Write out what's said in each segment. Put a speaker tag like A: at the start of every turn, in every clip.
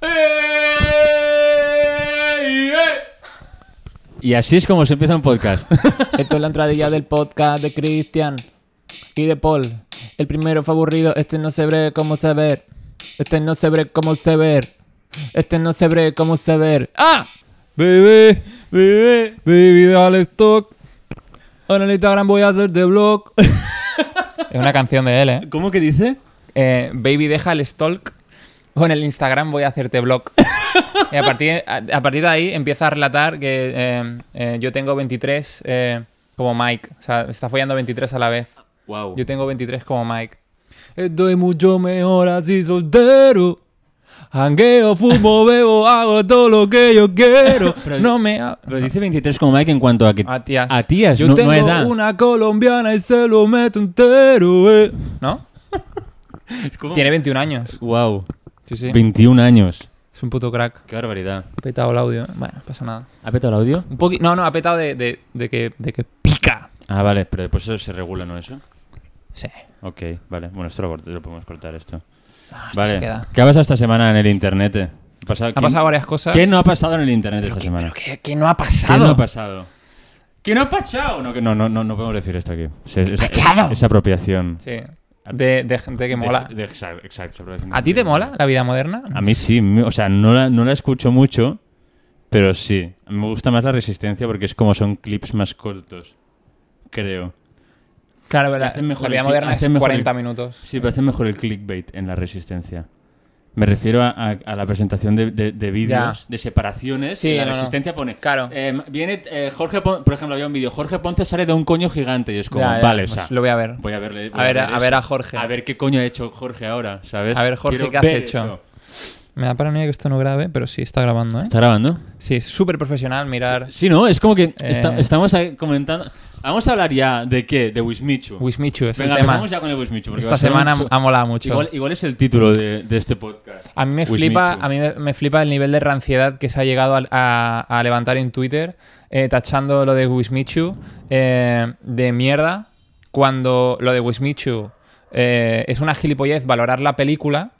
A: ¡Eh! ¡Ey, ey! Y así es como se empieza un podcast.
B: Esto es la entradilla del podcast de Cristian y de Paul. El primero fue aburrido, este no se ve cómo se ver. Este no se ve cómo se ver. Este no se ve cómo se ver. ¡Ah!
A: Bebé, bebé,
B: Baby, dale stock. Ahora en Instagram voy a hacer de blog. es una canción de él, ¿eh?
A: ¿Cómo que dice?
B: Eh, Baby, deja el stalk. O en el Instagram voy a hacerte blog. y a partir, a, a partir de ahí empieza a relatar que eh, eh, yo tengo 23 eh, como Mike. O sea, está follando 23 a la vez.
A: Wow.
B: Yo tengo 23 como Mike. Estoy mucho mejor así soltero. Hangueo, fumo, bebo, hago todo lo que yo quiero. no me... ha-
A: Pero dice 23 como Mike en cuanto a que...
B: A tías.
A: A tías,
B: Yo
A: no,
B: tengo
A: no edad.
B: una colombiana y se lo meto entero, eh. ¿No? Tiene 21 años.
A: Wow.
B: Sí, sí.
A: 21 años.
B: Es un puto crack.
A: Qué barbaridad.
B: Ha petado el audio. ¿eh? Bueno, no pasa nada.
A: ¿Ha petado el audio?
B: Un poquito... No, no, ha petado de, de- de que, de que pica.
A: Ah, vale, pero después eso se regula, ¿no? Eso.
B: Sí.
A: Ok, vale. Bueno, esto lo, cort- lo podemos cortar esto.
B: Ah, esto
A: Vale.
B: se queda.
A: ¿Qué ha pasado esta semana en el internet? eh? ¿Ha pasado,
B: Ha pasado varias cosas.
A: ¿Qué no ha pasado en el internet
B: ¿Pero
A: esta
B: qué-
A: semana?
B: pero qué, qué no ha
A: ¿Qué
B: pasado?
A: no ha pasado? ¿Qué no ha pasado? No, que no, no, no, no podemos decir esto aquí. Es, es- es-
B: pachado?
A: es apropiación.
B: Sí. De, de gente que
A: De-
B: mola.
A: de- exacto, exacto, apropiación
B: ¿A ti te
A: cultural.
B: mola la vida moderna?
A: A mí sí. me- O sea, no la, no la escucho mucho, pero sí. Me gusta más la resistencia porque es como son clips más cortos. Creo.
B: Claro, pero la,
A: Hacen mejor
B: la vida
A: el-
B: moderna es
A: hacen mejor el-
B: 40 minutos.
A: Sí, pero hacen mejor el clickbait en la resistencia. Me refiero a, a- a la presentación de, de- de vídeos,
B: Ya.
A: de separaciones.
B: Sí,
A: y la
B: no, no.
A: resistencia pone.
B: Claro.
A: eh, viene eh, Jorge Pon- por ejemplo, había un vídeo. Jorge Ponce sale de un coño gigante y es como,
B: Ya, ya,
A: vale, o
B: pues
A: sea,
B: Lo voy a ver.
A: voy a verle. voy
B: A ver, a
A: eso.
B: ver a Jorge.
A: A ver qué coño ha hecho Jorge ahora, ¿sabes?
B: A ver, Jorge,
A: Quiero
B: ¿qué has
A: ver
B: hecho?
A: eso.
B: Me da paranoia que esto no grabe, pero sí está grabando, ¿eh?
A: ¿Está grabando?
B: Sí, es súper profesional mirar
A: Sí, ¿no? Es como que esta-
B: Eh.
A: estamos ahí comentando. Vamos a hablar ya de qué? De Wismichu.
B: Wismichu, es
A: Venga,
B: el tema.
A: empezamos ya con el Wismichu. porque va
B: Esta
A: a ser un
B: semana
A: so-
B: ha molado mucho.
A: Igual, igual es el título de, de este podcast.
B: A mí me
A: Wismichu.
B: flipa, a mí me, me flipa el nivel de ranciedad que se ha llegado a, a- a levantar en Twitter, eh, tachando lo de Wismichu eh, de mierda, cuando lo de Wismichu eh, es una gilipollez valorar la película,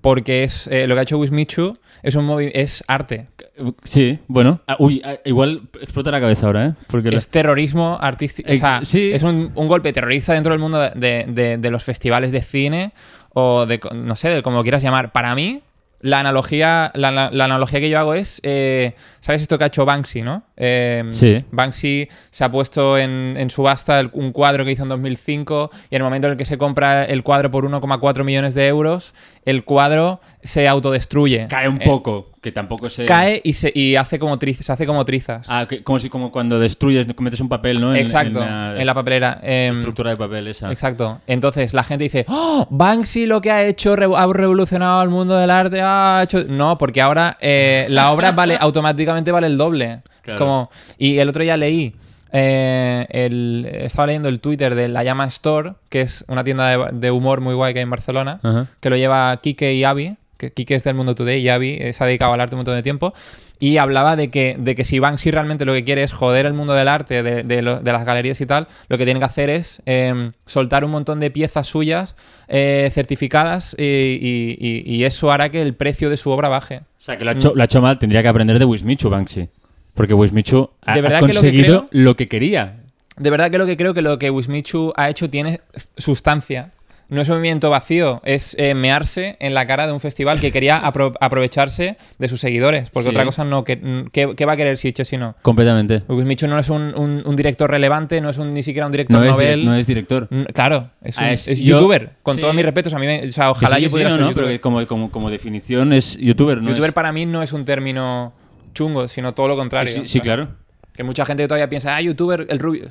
B: porque es eh, lo que ha hecho Wismichu es un movi- es arte,
A: Eh, Sí, bueno. Ah, uy, ah, igual explota la cabeza ahora, ¿eh? Porque la-
B: es terrorismo artístico, o
A: Ex-
B: sea,
A: sí.
B: es un, un golpe terrorista dentro del mundo de, de- de- de los festivales de cine o de, co- no sé, de como lo quieras llamar. Para mí, la analogía, la, la- la analogía que yo hago es, eh, ¿sabes esto que ha hecho Banksy, no? Eh,
A: Sí.
B: Banksy se ha puesto en, en subasta el- un cuadro que hizo en 2005 y en el momento en el que se compra el cuadro por 1,4 millones de euros, el cuadro se autodestruye.
A: cae un
B: Eh,
A: poco, que tampoco se.
B: cae y, se, y hace como trizas, se hace como trizas.
A: Ah, que- como si como cuando destruyes, metes un papel, ¿no? En-
B: Exacto,
A: En, la,
B: papelera. Em,
A: estructura de papel esa.
B: Exacto. Entonces la gente dice, ¡Oh! Banksy lo que ha hecho revo- ha revolucionado el mundo del arte. ah, ha hecho-". No, porque ahora eh, la obra vale automáticamente vale el doble.
A: Claro.
B: Como, y el otro día leí, eh, el- estaba leyendo el Twitter de La Llama Store, que es una tienda de, de humor muy guay que hay en Barcelona,
A: Ajá.
B: que lo lleva Kike y Avi. Que Kike es del Mundo Today y Avi eh, se ha dedicado al arte un montón de tiempo. Y hablaba de que, de que si Banksy realmente lo que quiere es joder el mundo del arte, de, de lo- de las galerías y tal, lo que tienen que hacer es eh, soltar un montón de piezas suyas eh, certificadas y, y- y- y eso hará que el precio de su obra baje.
A: O sea, que
B: Mm.
A: lo ha, hecho, lo ha hecho mal, tendría que aprender de Wismichu, Banksy. Porque Wismichu ha,
B: De
A: ha
B: verdad que lo que
A: conseguido
B: creo-
A: lo que quería.
B: De verdad que lo que creo que lo que Wismichu ha hecho tiene sustancia. No es un movimiento vacío, es eh, mearse en la cara de un festival que quería apro- aprovecharse de sus seguidores. Porque
A: Sí.
B: otra cosa no, que, mm, ¿qué, qué va a querer Sitche si no?
A: Completamente.
B: Wismichu no es un, un- un director relevante, no es un- ni siquiera un director
A: No es,
B: novel.
A: dir- no es director.
B: Mm, Claro, es, un-
A: Ah, es-
B: es
A: yo-
B: youtuber. Con
A: sí.
B: todos mis respetos, a mí me- o sea,
A: Que
B: ojalá
A: sí,
B: yo
A: sí,
B: pudiera
A: no,
B: ser
A: no,
B: youtuber.
A: pero que como, como, como definición es youtuber, ¿no?
B: youtuber
A: es-
B: para mí no es un término chungo, sino todo lo contrario.
A: Sí, sí, claro.
B: Que mucha gente todavía piensa, ah, youtuber, el Rubius.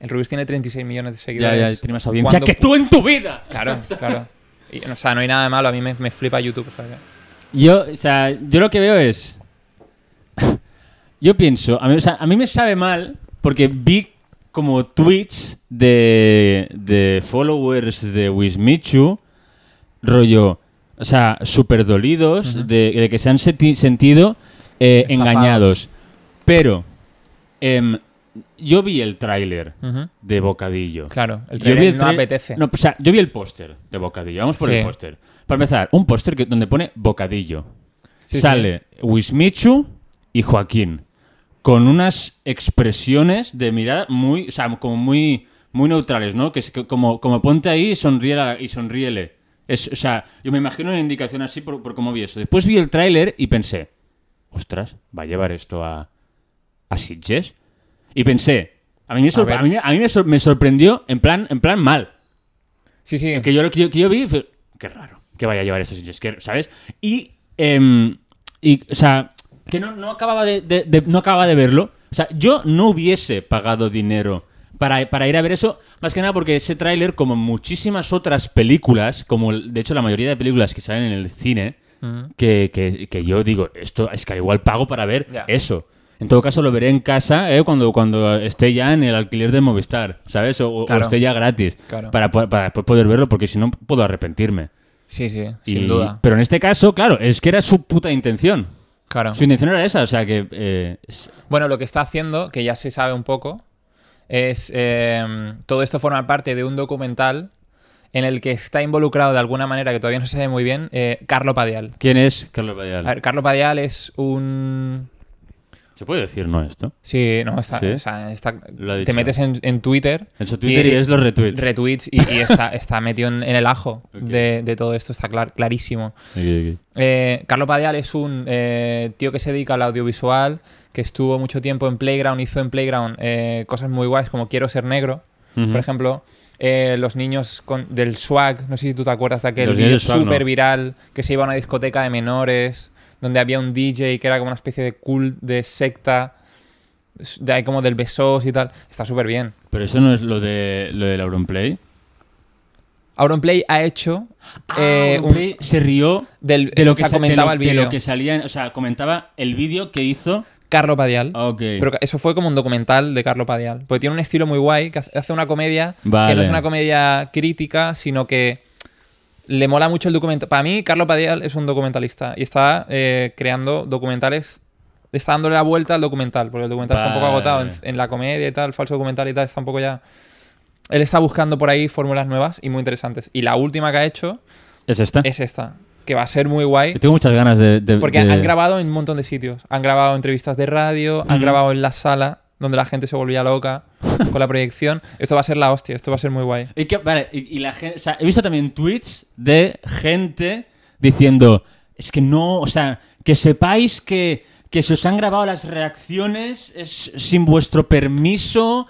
B: El Rubius tiene 36 millones de
A: Ya,
B: seguidores.
A: ya, tiene más audiencia
B: ¿Cuándo
A: que tú en tu vida.
B: Claro, claro. Y, o sea, no hay nada de malo. A mí me, me flipa YouTube. o sea que-
A: Yo, o sea, yo lo que veo es. Yo pienso, a mí, o sea, a mí me sabe mal porque vi como tweets de, de followers de Wismichu, rollo, o sea, súper dolidos de, de que se han senti- sentido eh,
B: Estafados.
A: engañados. Pero em, yo vi el tráiler
B: Ujú.
A: de Bocadillo.
B: Claro, el
A: Yo vi
B: trailer no
A: trai-
B: apetece.
A: No, o sea, yo vi el póster de Bocadillo. Vamos por
B: Sí.
A: el póster. Para empezar, un póster que- donde pone Bocadillo.
B: Sí, sí.
A: sale Wismichu y Joaquín con unas expresiones de mirada muy, o sea, como muy, muy neutrales, ¿no? Que es que como, como ponte ahí y sonríe y sonríele. Es, o sea, yo me imagino una indicación así por, por cómo vi eso. Después vi el tráiler y pensé, ostras, va a llevar esto a, a Sitges. Y pensé, a mí, me, sor-
B: ver.
A: a mí- a mí me sor- me sorprendió en plan, en plan mal.
B: Sí, sí.
A: Que yo lo que yo, que yo vi fue, qué raro que vaya a llevar estos hinchas, que- ¿sabes? Y, em, y, o sea, que no, no, acababa de, de- de- no acababa de verlo. O sea, yo no hubiese pagado dinero para, para ir a ver eso, más que nada porque ese tráiler, como muchísimas otras películas, como el- de hecho la mayoría de películas que salen en el cine,
B: Mm.
A: que, que- que yo digo, esto es que igual pago para ver
B: Ya.
A: eso. En todo caso, lo veré en casa eh, cuando, cuando esté ya en el alquiler de Movistar, ¿sabes? O, o- o
B: Claro.
A: esté ya gratis
B: Claro.
A: para, po- para después poder verlo, porque si no puedo arrepentirme.
B: Sí, sí,
A: Y-
B: sin duda.
A: Pero en este caso, claro, es que era su puta intención.
B: Claro.
A: Su intención era esa, o sea que... eh, es-
B: Bueno, lo que está haciendo, que ya se sabe un poco, es eh, todo esto forma parte de un documental en el que está involucrado de alguna manera, que todavía no se sabe muy bien, eh, Carlo Padial.
A: ¿Quién es Carlos Badial?
B: A ver, Carlo Padial es un...
A: ¿Se puede decir no esto?
B: Sí, no, está...
A: Sí.
B: o sea, está-
A: Lo ha
B: te
A: dicho.
B: metes en, en Twitter...
A: En su Twitter y, es los retweets.
B: retweets y, y está, está metido en, en el ajo
A: Ok.
B: de, de todo esto, está clar- clarísimo.
A: Ok, ok.
B: Eh, Carlo Padial es un eh, tío que se dedica al audiovisual, que estuvo mucho tiempo en Playground, hizo en Playground eh, cosas muy guays como Quiero ser negro,
A: Ujú.
B: por ejemplo. eh, los niños con- del swag, no sé si tú te acuerdas de aquel
A: Los niños
B: vídeo
A: del swag,
B: súper
A: no.
B: viral que se iba a una discoteca de menores, donde había un DJ que era como una especie de cool de secta, s- de ahí como del besos y tal. Está súper bien.
A: Pero eso no es lo, de, lo del Auronplay.
B: Auronplay ha hecho eh, un-
A: Auronplay se rió
B: del,
A: Ah, de lo
B: o
A: que
B: sea,
A: sa- de
B: comentaba
A: lo-
B: el
A: de
B: vídeo.
A: lo que salía, en- o sea, comentaba el vídeo que hizo.
B: Carlo Padial.
A: Ah, Ok.
B: Pero ca- eso fue como un documental de Carlo Padial. Porque tiene un estilo muy guay, que hace hace una comedia que
A: Vale.
B: no es una comedia crítica, sino que le mola mucho el documental. Para mí, Carlo Padial es un documentalista y está eh, creando documentales. Está dándole la vuelta al documental, porque el documental está un poco
A: Vale.
B: agotado en, en la comedia y tal, el falso documental y tal, está un poco ya. Él está buscando por ahí fórmulas nuevas y muy interesantes. Y la última que ha hecho
A: ¿Es esta?
B: es esta, que va a ser muy guay.
A: Yo tengo muchas ganas de. de-
B: Porque
A: de-
B: han grabado en un montón de sitios. Han grabado entrevistas de radio, han
A: Eh. Mm.
B: grabado en la sala, donde la gente se volvía loca con la proyección. Esto va a ser la hostia, esto va a ser muy guay.
A: Y que- vale, y, y la gente. O sea, he visto también tweets de gente diciendo. Es que no. O sea, que sepáis que, que se os han grabado las reacciones es sin vuestro permiso.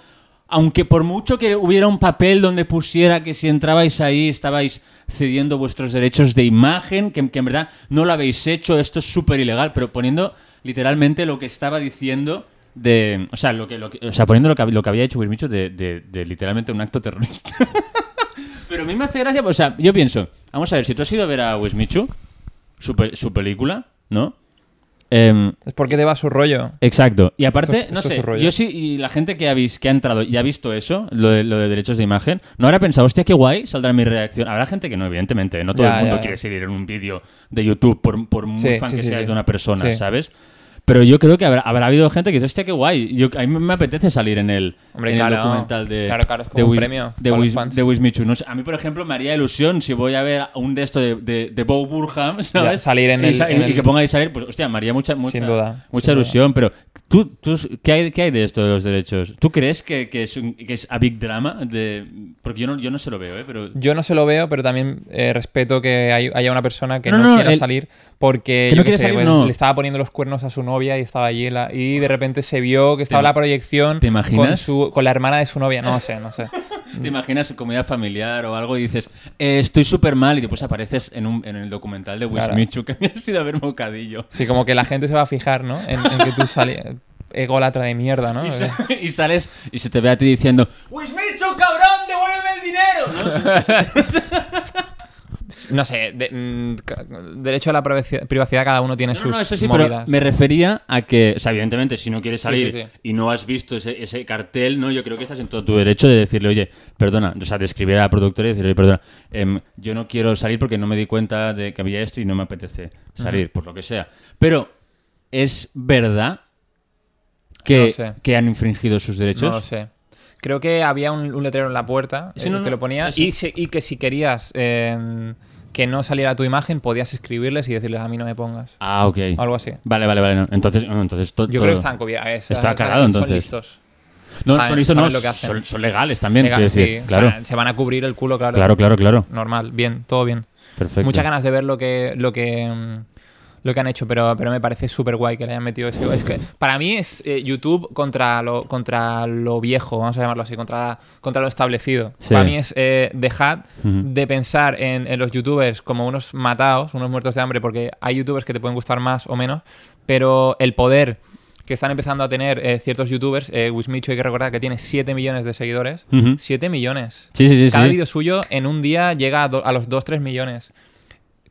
A: Aunque por mucho que hubiera un papel donde pusiera que si entrabais ahí estabais cediendo vuestros derechos de imagen, que, que en verdad no lo habéis hecho, esto es súper ilegal, pero poniendo literalmente lo que estaba diciendo de... O sea, lo que, lo que- o sea poniendo lo que, lo que había hecho Wismichu de- de- de literalmente un acto terrorista. Pero a mí me hace gracia, pues, o sea, yo pienso, vamos a ver, si tú has ido a ver a Wismichu, su, pe- su película, ¿no? Em,
B: Es porque te va su rollo.
A: exacto. Y aparte,
B: Esto es-
A: no
B: esto es
A: sé,
B: su rollo.
A: yo sí, y la gente que ha, vis- que ha entrado y ha visto eso, lo de, lo de derechos de imagen, no habrá pensado, hostia, qué guay, saldrá mi reacción. Habrá gente que no, evidentemente, no todo
B: Ya,
A: el mundo
B: ya, ya.
A: quiere salir en un vídeo de YouTube por, por muy
B: Sí,
A: fan
B: sí,
A: que
B: sí,
A: seas
B: sí.
A: de una persona,
B: Sí.
A: ¿sabes? Pero yo creo que habrá, habrá habido gente que dice, hostia, qué guay. Yo, a mí me apetece salir en el,
B: Hombre,
A: en el
B: claro.
A: documental de,
B: Claro, claro, es como
A: de
B: un
A: Wis-
B: premio
A: de
B: para los
A: Wis-
B: fans.
A: de Wismichu, no sé. A mí, por ejemplo, me haría ilusión si voy a ver un de esto de, de, de Bo Burham, ¿sabes?
B: Ya, salir en
A: y,
B: el-
A: sa-
B: en
A: y
B: el-
A: que pongáis salir, pues hostia, me haría mucha, mucha,
B: Sin duda,
A: mucha
B: sin
A: ilusión. Pero, ¿tú, tú, qué, hay, ¿qué hay de esto de los derechos? ¿Tú crees que, que, es, un- que es a big drama? De, porque yo no, yo no se lo veo, ¿eh? Pero,
B: Yo no se lo veo, pero también eh, respeto que hay- haya una persona que no,
A: No, no,
B: quiera
A: el-
B: salir porque
A: que
B: yo
A: no
B: qué
A: quiere
B: sé,
A: salir,
B: pues,
A: no.
B: le estaba poniendo los cuernos a su novia y estaba allí la- y de repente se vio que estaba
A: ¿Te-
B: la proyección
A: te imaginas?
B: Con, su, con la hermana de su novia. No sé, no sé.
A: ¿Te imaginas comida familiar o algo y dices, "Eh, estoy súper mal? Y después apareces en, un, en el documental de
B: Claro.
A: Wismichu que me has ido a ver bocadillo.
B: Sí, como que la gente se va a fijar, ¿no? En, en que tú sales ególatra de mierda, ¿no?
A: Y, sa- y sales y se te ve a ti diciendo,
C: Wismichu, cabrón, devuélveme el dinero.
B: No sé, de- mm, ca- derecho a la privaci- privacidad cada uno tiene
A: No,
B: sus
A: no, eso sí,
B: movidas.
A: pero me refería a que, o sea, evidentemente, si no quieres
B: Sí,
A: salir
B: sí, sí.
A: y no has visto ese, ese cartel, no, yo creo que estás en todo tu derecho de decirle, oye, perdona, o sea, de escribir a la productora y decirle, oye, perdona, em, yo no quiero salir porque no me di cuenta de que había esto y no me apetece salir, por lo que sea. Pero, ¿es verdad
B: No
A: que,
B: lo sé.
A: que han infringido sus derechos?
B: No lo sé. Creo que había un, un letrero en la puerta
A: Sí,
B: eh,
A: no,
B: que
A: no,
B: lo ponía
A: eso.
B: y, se- y que si querías eh, que no saliera tu imagen, podías escribirles y decirles a mí no me pongas.
A: Ah, ok.
B: O algo así.
A: Vale, vale, vale. no. Entonces, no, entonces to-
B: Yo
A: todo-
B: creo que están cubiertos. Es-
A: Está
B: es-
A: cagado,
B: son
A: entonces.
B: listos.
A: No,
B: saben-
A: son listos,
B: saben
A: no,
B: lo que hacen.
A: son, son legales también,
B: Legal,
A: quiero decir.
B: sí. O
A: claro,
B: sea, se van a cubrir el culo, claro.
A: claro, claro, claro.
B: Normal, bien, todo bien.
A: Perfecto.
B: Muchas ganas de ver lo que, lo que, mm, lo que han hecho, pero, pero me parece súper guay que le hayan metido ese. es que para mí es eh, YouTube contra lo, contra lo viejo, vamos a llamarlo así, contra, contra lo establecido.
A: Sí.
B: Para mí es eh, dejar
A: Ujú.
B: de pensar en, en los youtubers como unos matados, unos muertos de hambre, porque hay youtubers que te pueden gustar más o menos, pero el poder que están empezando a tener eh, ciertos youtubers, eh, Wismichu hay que recordar que tiene 7 millones de seguidores.
A: Ujú.
B: 7 millones.
A: Sí, sí, sí.
B: Cada
A: sí.
B: vídeo suyo en un día llega a, do- a los 2-3 millones.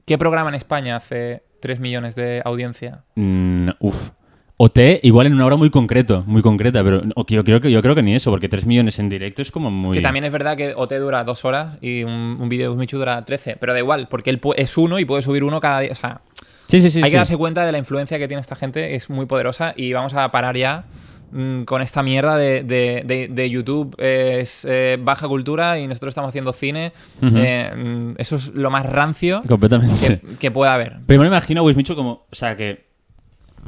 B: ¿Qué programa en España hace 3 millones de audiencia?
A: Mm, uf. OT, igual en una hora muy concreto, muy concreta, pero no, yo, creo que, yo creo que ni eso, porque 3 millones en directo es como muy...
B: Que también es verdad que OT dura 2 horas y un, un vídeo de Michu dura 13, pero da igual, porque él pu- es uno y puede subir uno cada día. O sea,
A: Sí, sí, sí.
B: hay
A: sí.
B: que darse cuenta de la influencia que tiene esta gente, es muy poderosa y vamos a parar ya mm, con esta mierda de, de- de- de YouTube. eh, es eh, baja cultura y nosotros estamos haciendo cine.
A: Ujú.
B: eh, mm, eso es lo más rancio
A: Completamente.
B: que, que pueda haber.
A: Primero me imagino a Wismichu como... O sea, que...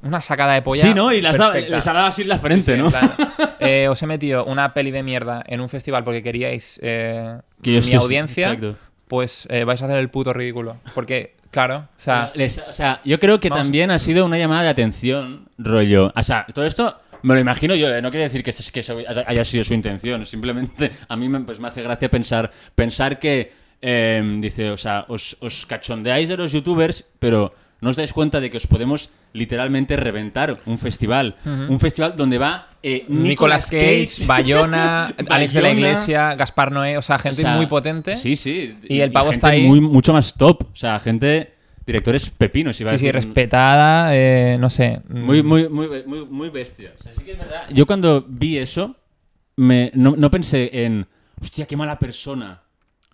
B: Una sacada de polla.
A: sí, ¿no? Y las daba-
B: perfecta.
A: les ha dado así en la
B: Sí,
A: frente,
B: sí,
A: ¿no?
B: en plan, eh, os he metido una peli de mierda en un festival porque queríais eh,
A: Que yo
B: mi
A: estoy-
B: audiencia,
A: exacto.
B: pues eh, vais a hacer el puto ridículo. Porque, claro, o sea,
A: Les- o sea, yo creo que
B: Vamos.
A: también ha sido una llamada de atención, rollo. O sea, todo esto me lo imagino yo, eh, no quiere decir que, esto es- que eso haya sido su intención, simplemente a mí me, pues, me hace gracia pensar, pensar que, eh, dice, o sea, os, os cachondeáis de los youtubers, pero no os dais cuenta de que os podemos literalmente reventar un festival. Un festival donde va eh,
B: Nicolas Cage, Bayona, Alex de la
A: Bayona.
B: Iglesia, Gaspar Noé, o sea, gente
A: O sea,
B: muy potente.
A: Sí, sí.
B: Y el pavo
A: gente
B: está ahí.
A: muy- mucho más top. O sea, gente, directores pepinos. iba a
B: Sí, sí,
A: decir.
B: respetada, eh, no sé.
A: mm. Muy, muy, muy, be- muy, muy bestia. O sea, sí que es verdad. Mm. Yo cuando vi eso, me, no, no pensé en, hostia, qué mala persona,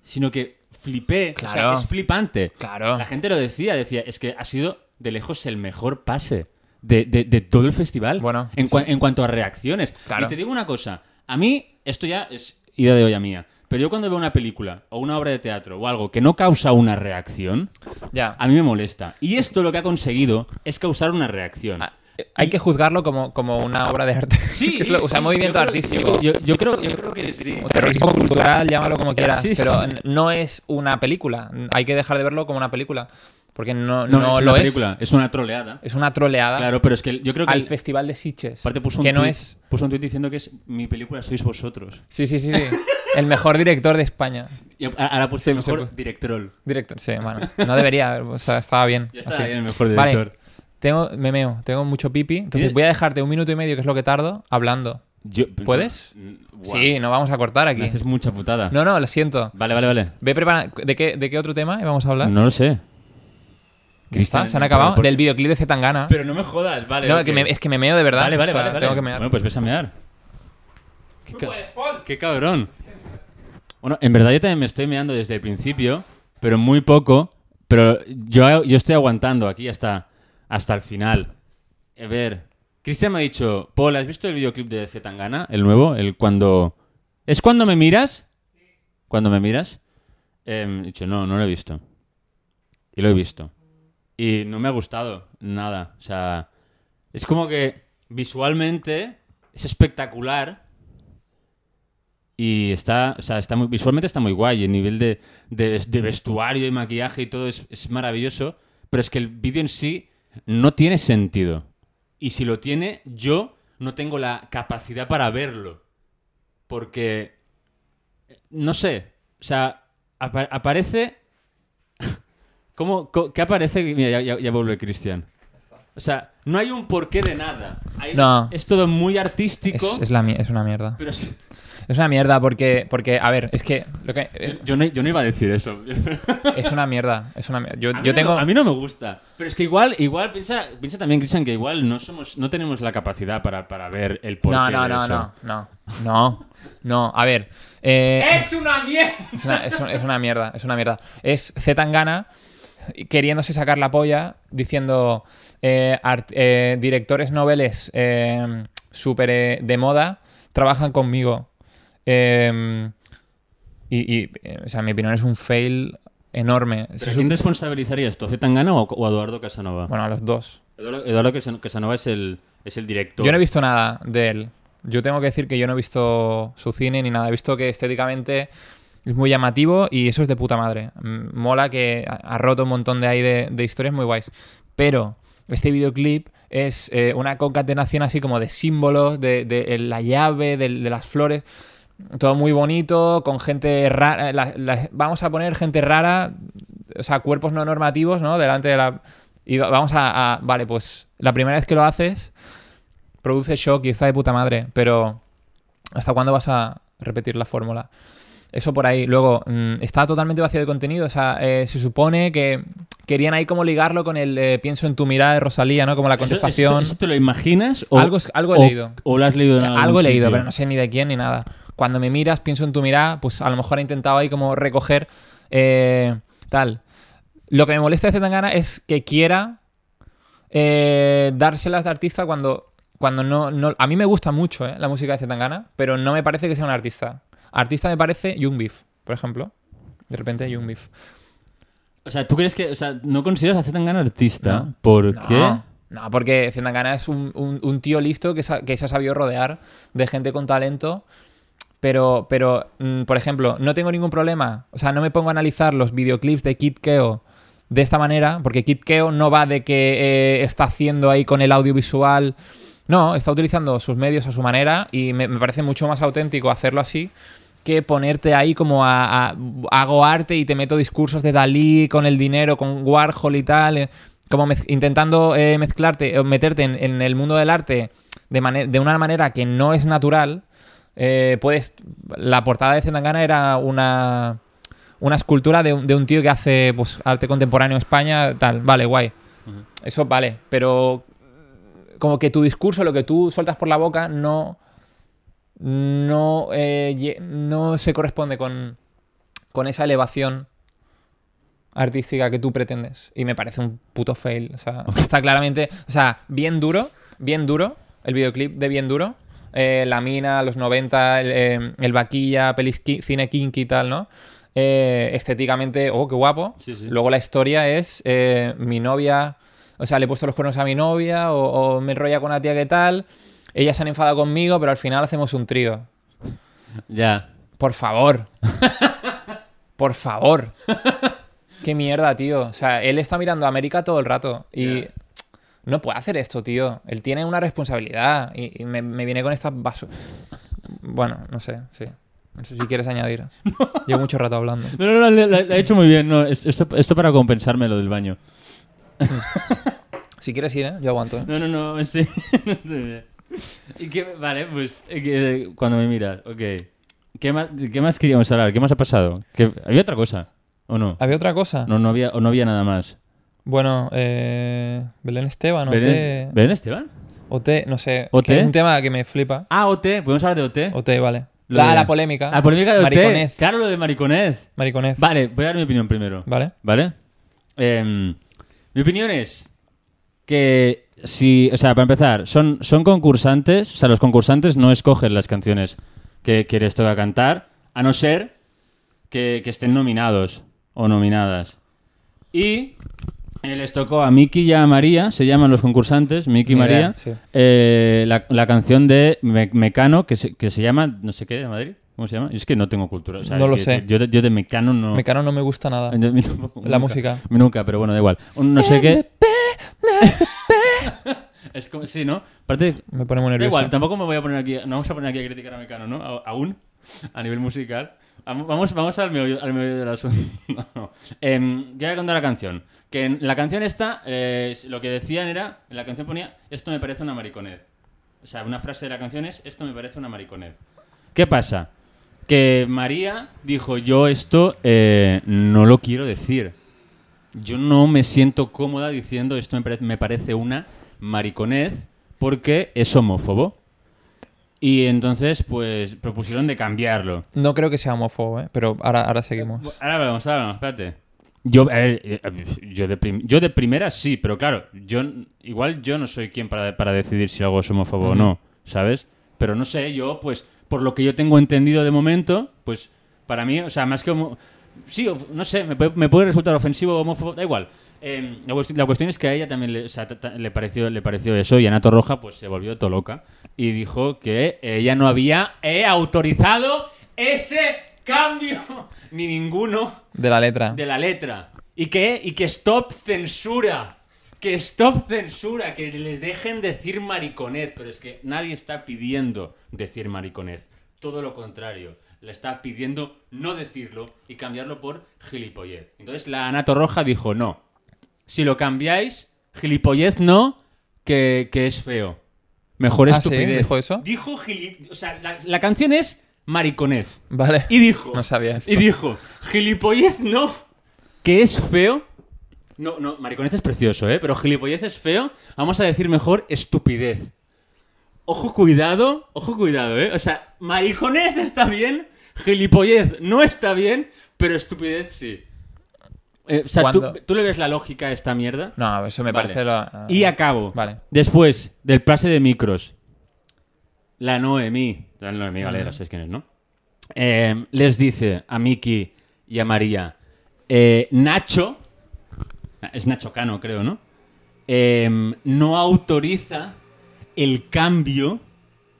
A: sino que flipé. O sea,
B: Claro.
A: es flipante.
B: Claro.
A: La gente lo decía, decía, es que ha sido de lejos el mejor pase de, de- de todo el festival.
B: Bueno,
A: en, cua- en cuanto a reacciones.
B: Claro.
A: Y te digo una cosa, a mí esto ya es idea de olla mía. Pero yo cuando veo una película o una obra de teatro o algo que no causa una reacción,
B: Ya.
A: a mí me molesta. Y esto lo que ha conseguido es causar una reacción.
B: Ah, eh, Hay que juzgarlo como, como una obra de arte.
A: Sí,
B: Que es lo- o sea,
A: sí,
B: movimiento
A: yo creo-
B: artístico.
A: Yo, yo creo, yo creo que sí.
B: O terrorismo cultural, llámalo como quieras,
A: Sí,
B: pero
A: sí.
B: n- no es una película. Hay que dejar de verlo como una película, porque no,
A: No,
B: no
A: es
B: lo
A: una
B: es.
A: película, es una troleada.
B: Es una troleada
A: Claro, pero es que yo creo que
B: al
A: el-
B: Festival de Sitges,
A: aparte puso un
B: que no
A: tuit-
B: es...
A: puso un tuit diciendo que es mi película sois vosotros.
B: Sí, sí, sí, sí. El mejor director de España.
A: Y a- ahora ha puesto
B: Sí,
A: el mejor
B: sí, pues.
A: directrol.
B: Director, sí, bueno. No debería, o sea, estaba bien.
A: Ya está
B: así.
A: bien, el mejor
B: Vale,
A: director.
B: tengo, me meo, tengo mucho pipi, entonces
A: ¿Tienes-
B: voy a dejarte un minuto y medio, que es lo que tardo, hablando.
A: Yo-
B: ¿Puedes?
A: Guau,
B: Sí, no vamos a cortar
A: Me
B: aquí.
A: haces mucha putada.
B: No, no, lo siento.
A: Vale, vale, vale.
B: Ve prepara- ¿De qué, ¿De qué otro tema vamos a hablar?
A: No lo sé.
B: Ya está,
A: Cristian,
B: se han
A: no,
B: acabado.
A: pero-
B: Del videoclip de Zetangana.
A: Pero no me jodas, vale.
B: No,
A: ok.
B: que me- es que me meo de verdad.
A: Vale, vale,
B: O sea,
A: vale.
B: Tengo
A: vale.
B: que mear.
A: Bueno, pues ves a mear. Qué, ca-
C: Paul.
A: qué cabrón. Bueno, en verdad yo también me estoy meando desde el principio, pero muy poco. Pero yo, yo estoy aguantando aquí hasta, hasta el final. A ver, Cristian me ha dicho, Paul, ¿has visto el videoclip de Zetangana? El nuevo, el cuando... ¿Es cuando me miras? ¿Cuando me miras? Em, he dicho, no, no lo he visto. Y lo he visto. Y no me ha gustado nada. O sea, es como que visualmente es espectacular. Y está, o sea, está muy, visualmente está muy guay. El nivel de, de- de vestuario y maquillaje y todo es, es maravilloso. Pero es que el vídeo en sí no tiene sentido. Y si lo tiene, yo no tengo la capacidad para verlo. Porque, eh, no sé, o sea, apa- aparece... ¿Cómo, co- ¿Qué aparece? Mira, ya, ya- ya vuelve Cristian. O sea, no hay un porqué de nada. Hay-
B: No.
A: es, es todo muy artístico.
B: Es, es la mi- es una mierda.
A: Pero es-
B: Es una mierda porque, porque a ver, es que, lo que- eh,
A: yo, no, yo no iba a decir eso.
B: es una mierda. Es una mierda. Yo,
A: A mí
B: yo
A: no-
B: tengo.
A: a mí no me gusta. Pero es que igual, igual piensa, piensa también, Cristian, que igual no somos, no tenemos la capacidad para, para ver el porqué
B: no, no,
A: de
B: no,
A: eso.
B: no, no, no, no. A ver. eh,
C: Es una mierda.
B: Es una, es un- es una mierda, es una mierda. Es Z Tangana queriéndose sacar la polla diciendo eh, art- eh, directores noveles eh, súper eh, de moda trabajan Em, conmigo. Eh, y, y, eh, o sea, mi opinión es un fail enorme. Se
A: ¿Pero
B: sup-
A: ¿Quién responsabilizarías tú? ¿A Zetangana o, o a Eduardo Casanova?
B: Bueno, a los dos.
A: Eduardo, Eduardo Casan- Casanova es el, es el director.
B: Yo no he visto nada de él. Yo tengo que decir que yo no he visto su cine ni nada. He visto que estéticamente es muy llamativo y eso es de puta madre. Mm, Mola que ha- ha roto un montón de ahí de, de historias muy guays. Pero este videoclip es eh, una concatenación así como de símbolos, de, de- eh, la llave, de, de las flores. Todo muy bonito, con gente rara. la- la- vamos a poner gente rara, o sea, cuerpos no normativos, ¿no? Delante de la... Y va- vamos a- a... Vale, pues la primera vez que lo haces produce shock y está de puta madre, pero ¿hasta cuándo vas a repetir la fórmula? Eso por ahí. Luego, mm, está totalmente vacío de contenido. O sea, eh, se supone que querían ahí como ligarlo con el eh, pienso en tu mirada de Rosalía, ¿no? Como la
A: ¿Eso-
B: contestación.
A: ¿Eso, eso te lo imaginas? O,
B: Algo es- algo he
A: o-
B: leído.
A: ¿O lo has leído en algún
B: Algo he leído,
A: sitio?
B: pero no sé ni de quién ni nada. Cuando me miras, pienso en tu mirada, pues a lo mejor he intentado ahí como recoger eh, tal. Lo que me molesta de Zetangana es que quiera eh, dárselas de artista cuando, cuando no, no- A mí me gusta mucho eh, la música de Zetangana, pero no me parece que sea un artista. Artista me parece Young Beef, por ejemplo. De repente Young Beef.
A: O sea, ¿tú crees que.? O sea, ¿no consideras a Zetangana artista?
B: No.
A: ¿Por
B: No,
A: qué?
B: No, porque Zetangana es un, un- un tío listo que, sa- que se ha sabido rodear de gente con talento. Pero, pero mm, por ejemplo, no tengo ningún problema. O sea, no me pongo a analizar los videoclips de Kid Keo de esta manera, porque Kid Keo no va de que eh, está haciendo ahí con el audiovisual. No, está utilizando sus medios a su manera y me, me parece mucho más auténtico hacerlo así que ponerte ahí como a, a- hago arte y te meto discursos de Dalí con el dinero, con Warhol y tal, eh, como mez- intentando eh, mezclarte, o meterte en, en el mundo del arte de, mane- de una manera que no es natural. Eh, puedes, la portada de Zendangana era una, una escultura de un, de un tío que hace pues, arte contemporáneo en España, tal, vale, guay. Eso vale, pero como que tu discurso, lo que tú sueltas por la boca, no, no, eh, lle- no se corresponde con, con esa elevación artística que tú pretendes. Y me parece un puto fail. O sea, está claramente, o sea, bien duro, bien duro, el videoclip de bien duro. eh, la mina, los 90, el, eh, el vaquilla, pelis ki- cine kinky y tal, ¿no? Eh, estéticamente, oh, qué guapo.
A: Sí, sí.
B: Luego la historia es eh, mi novia, o sea, le he puesto los cuernos a mi novia o, o me enrolla con una tía que tal. Ellas se han enfadado conmigo, pero al final hacemos un trío.
A: Ya.
B: Por favor. Por favor. Qué mierda, tío. O sea, él está mirando a América todo el rato y no puede hacer esto, tío. Él tiene una responsabilidad y, y me, me viene con estas vasos. Bueno, no sé, sí. No sé si quieres añadir. Llevo mucho rato hablando.
A: No, no, no, lo lo- lo he hecho muy bien. No, es- esto, esto para compensarme lo del baño.
B: Si quieres ir, ¿eh? yo aguanto. ¿eh?
A: No, no, no, este. no te- Y que- vale, pues eh, que- cuando me miras, ok. ¿Qué más, ¿Qué más queríamos hablar? ¿Qué más ha pasado? ¿Que- ¿Había otra cosa? ¿O no?
B: ¿Había otra cosa?
A: No, no había, o no había nada más.
B: Bueno, eh, Belén Esteban, OT,
A: ¿Belén, Belén Esteban?
B: OT, no sé.
A: OT.
B: que es un tema que me flipa.
A: Ah, OT, podemos hablar de OT.
B: OT, vale.
A: Lo
B: La,
A: de-
B: Ah, la polémica.
A: La polémica de OT.
B: Mariconez.
A: Claro, lo de Mariconez.
B: Mariconez.
A: Vale, voy a dar mi opinión primero.
B: Vale.
A: ¿Vale? Em, mi opinión es que si, o sea, para empezar, son, son concursantes, o sea, los concursantes no escogen las canciones que quieres toca cantar, a no ser que, que estén nominados o nominadas. Y eh, les tocó a Miki y a María, se llaman los concursantes, Miki y
B: Ni idea,
A: María,
B: sí.
A: eh, la, la canción de Me- Mecano, que se, que se llama, no sé qué, de Madrid, ¿cómo se llama? Es que no tengo cultura. o sea,
B: No lo
A: quiero
B: sé.
A: decir, Yo, de- yo de Mecano no...
B: Mecano no me gusta nada.
A: Yo- a mí tampoco,
B: La música.
A: Nunca, pero bueno, da igual. Un no sé
B: Eh,
A: qué. es como, sí, ¿no? Aparte,
B: Me pone muy
A: da
B: nervioso.
A: igual, tampoco me voy a poner aquí. No vamos a poner aquí a criticar a Mecano, ¿no? A- aún, a nivel musical. Am- Vamos, vamos al, meollo, al meollo del asunto. No, no. Em, yo voy a contar la canción. Que en la canción esta, eh, lo que decían era, en la canción ponía, esto me parece una mariconez. O sea, una frase de la canción es, esto me parece una mariconez. ¿Qué pasa? Que María dijo, yo esto eh, no lo quiero decir. Yo no me siento cómoda diciendo esto me, pare- me parece una mariconez porque es homófobo. Y entonces, pues, propusieron de cambiarlo.
B: No creo que sea homófobo, ¿eh? pero ahora, ahora seguimos.
A: Bu- Ahora hablamos, ahora hablamos, espérate. Yo, a ver, eh, yo, de prim- yo de primera sí, pero claro, yo n- igual yo no soy quien para, para decidir si algo es homófobo o no, ¿sabes? Pero no sé, yo, pues, por lo que yo tengo entendido de momento, pues, para mí, o sea, más que homo- Sí, o- no sé, me puede, me puede resultar ofensivo o homófobo, da igual. Eh, la, cuest- la cuestión es que a ella también le, o sea, ta- ta- le pareció, le pareció eso y Anato Roja pues se volvió todo loca y dijo que ella no había eh, autorizado ese cambio ni ninguno
B: De la letra. Ah,
A: de la letra. ¿Y que Y que stop censura. Que stop censura. Que le dejen decir mariconez. Pero es que nadie está pidiendo decir mariconez. Todo lo contrario. Le está pidiendo no decirlo y cambiarlo por gilipollez. Entonces la Anato Roja dijo no. Si lo cambiáis, gilipollez no, que, que es feo. Mejor
B: Ah, ¿sí?
A: estupidez.
B: ¿Dijo eso?
A: Dijo gili- O sea, la, la canción es mariconez.
B: Vale.
A: Y dijo.
B: No sabía esto.
A: Y dijo, gilipollez no, que es feo. No, no, mariconez es precioso, ¿eh? Pero gilipollez es feo. Vamos a decir mejor estupidez. Ojo, cuidado, ojo, cuidado, ¿eh? O sea, mariconez está bien, gilipollez no está bien, pero estupidez sí. Eh, o sea, ¿tú,
B: ¿Cuándo?
A: ¿tú le ves la lógica a esta mierda?
B: No, eso me
A: Vale.
B: parece lo. ah,
A: Y acabo.
B: Vale.
A: Después del pase de micros, la Noemí, la Noemí Valera, sabes quién es, ¿no? Eh, les dice a Miki y a María, eh, Nacho, es Nacho Cano, creo, ¿no? Em, no autoriza el cambio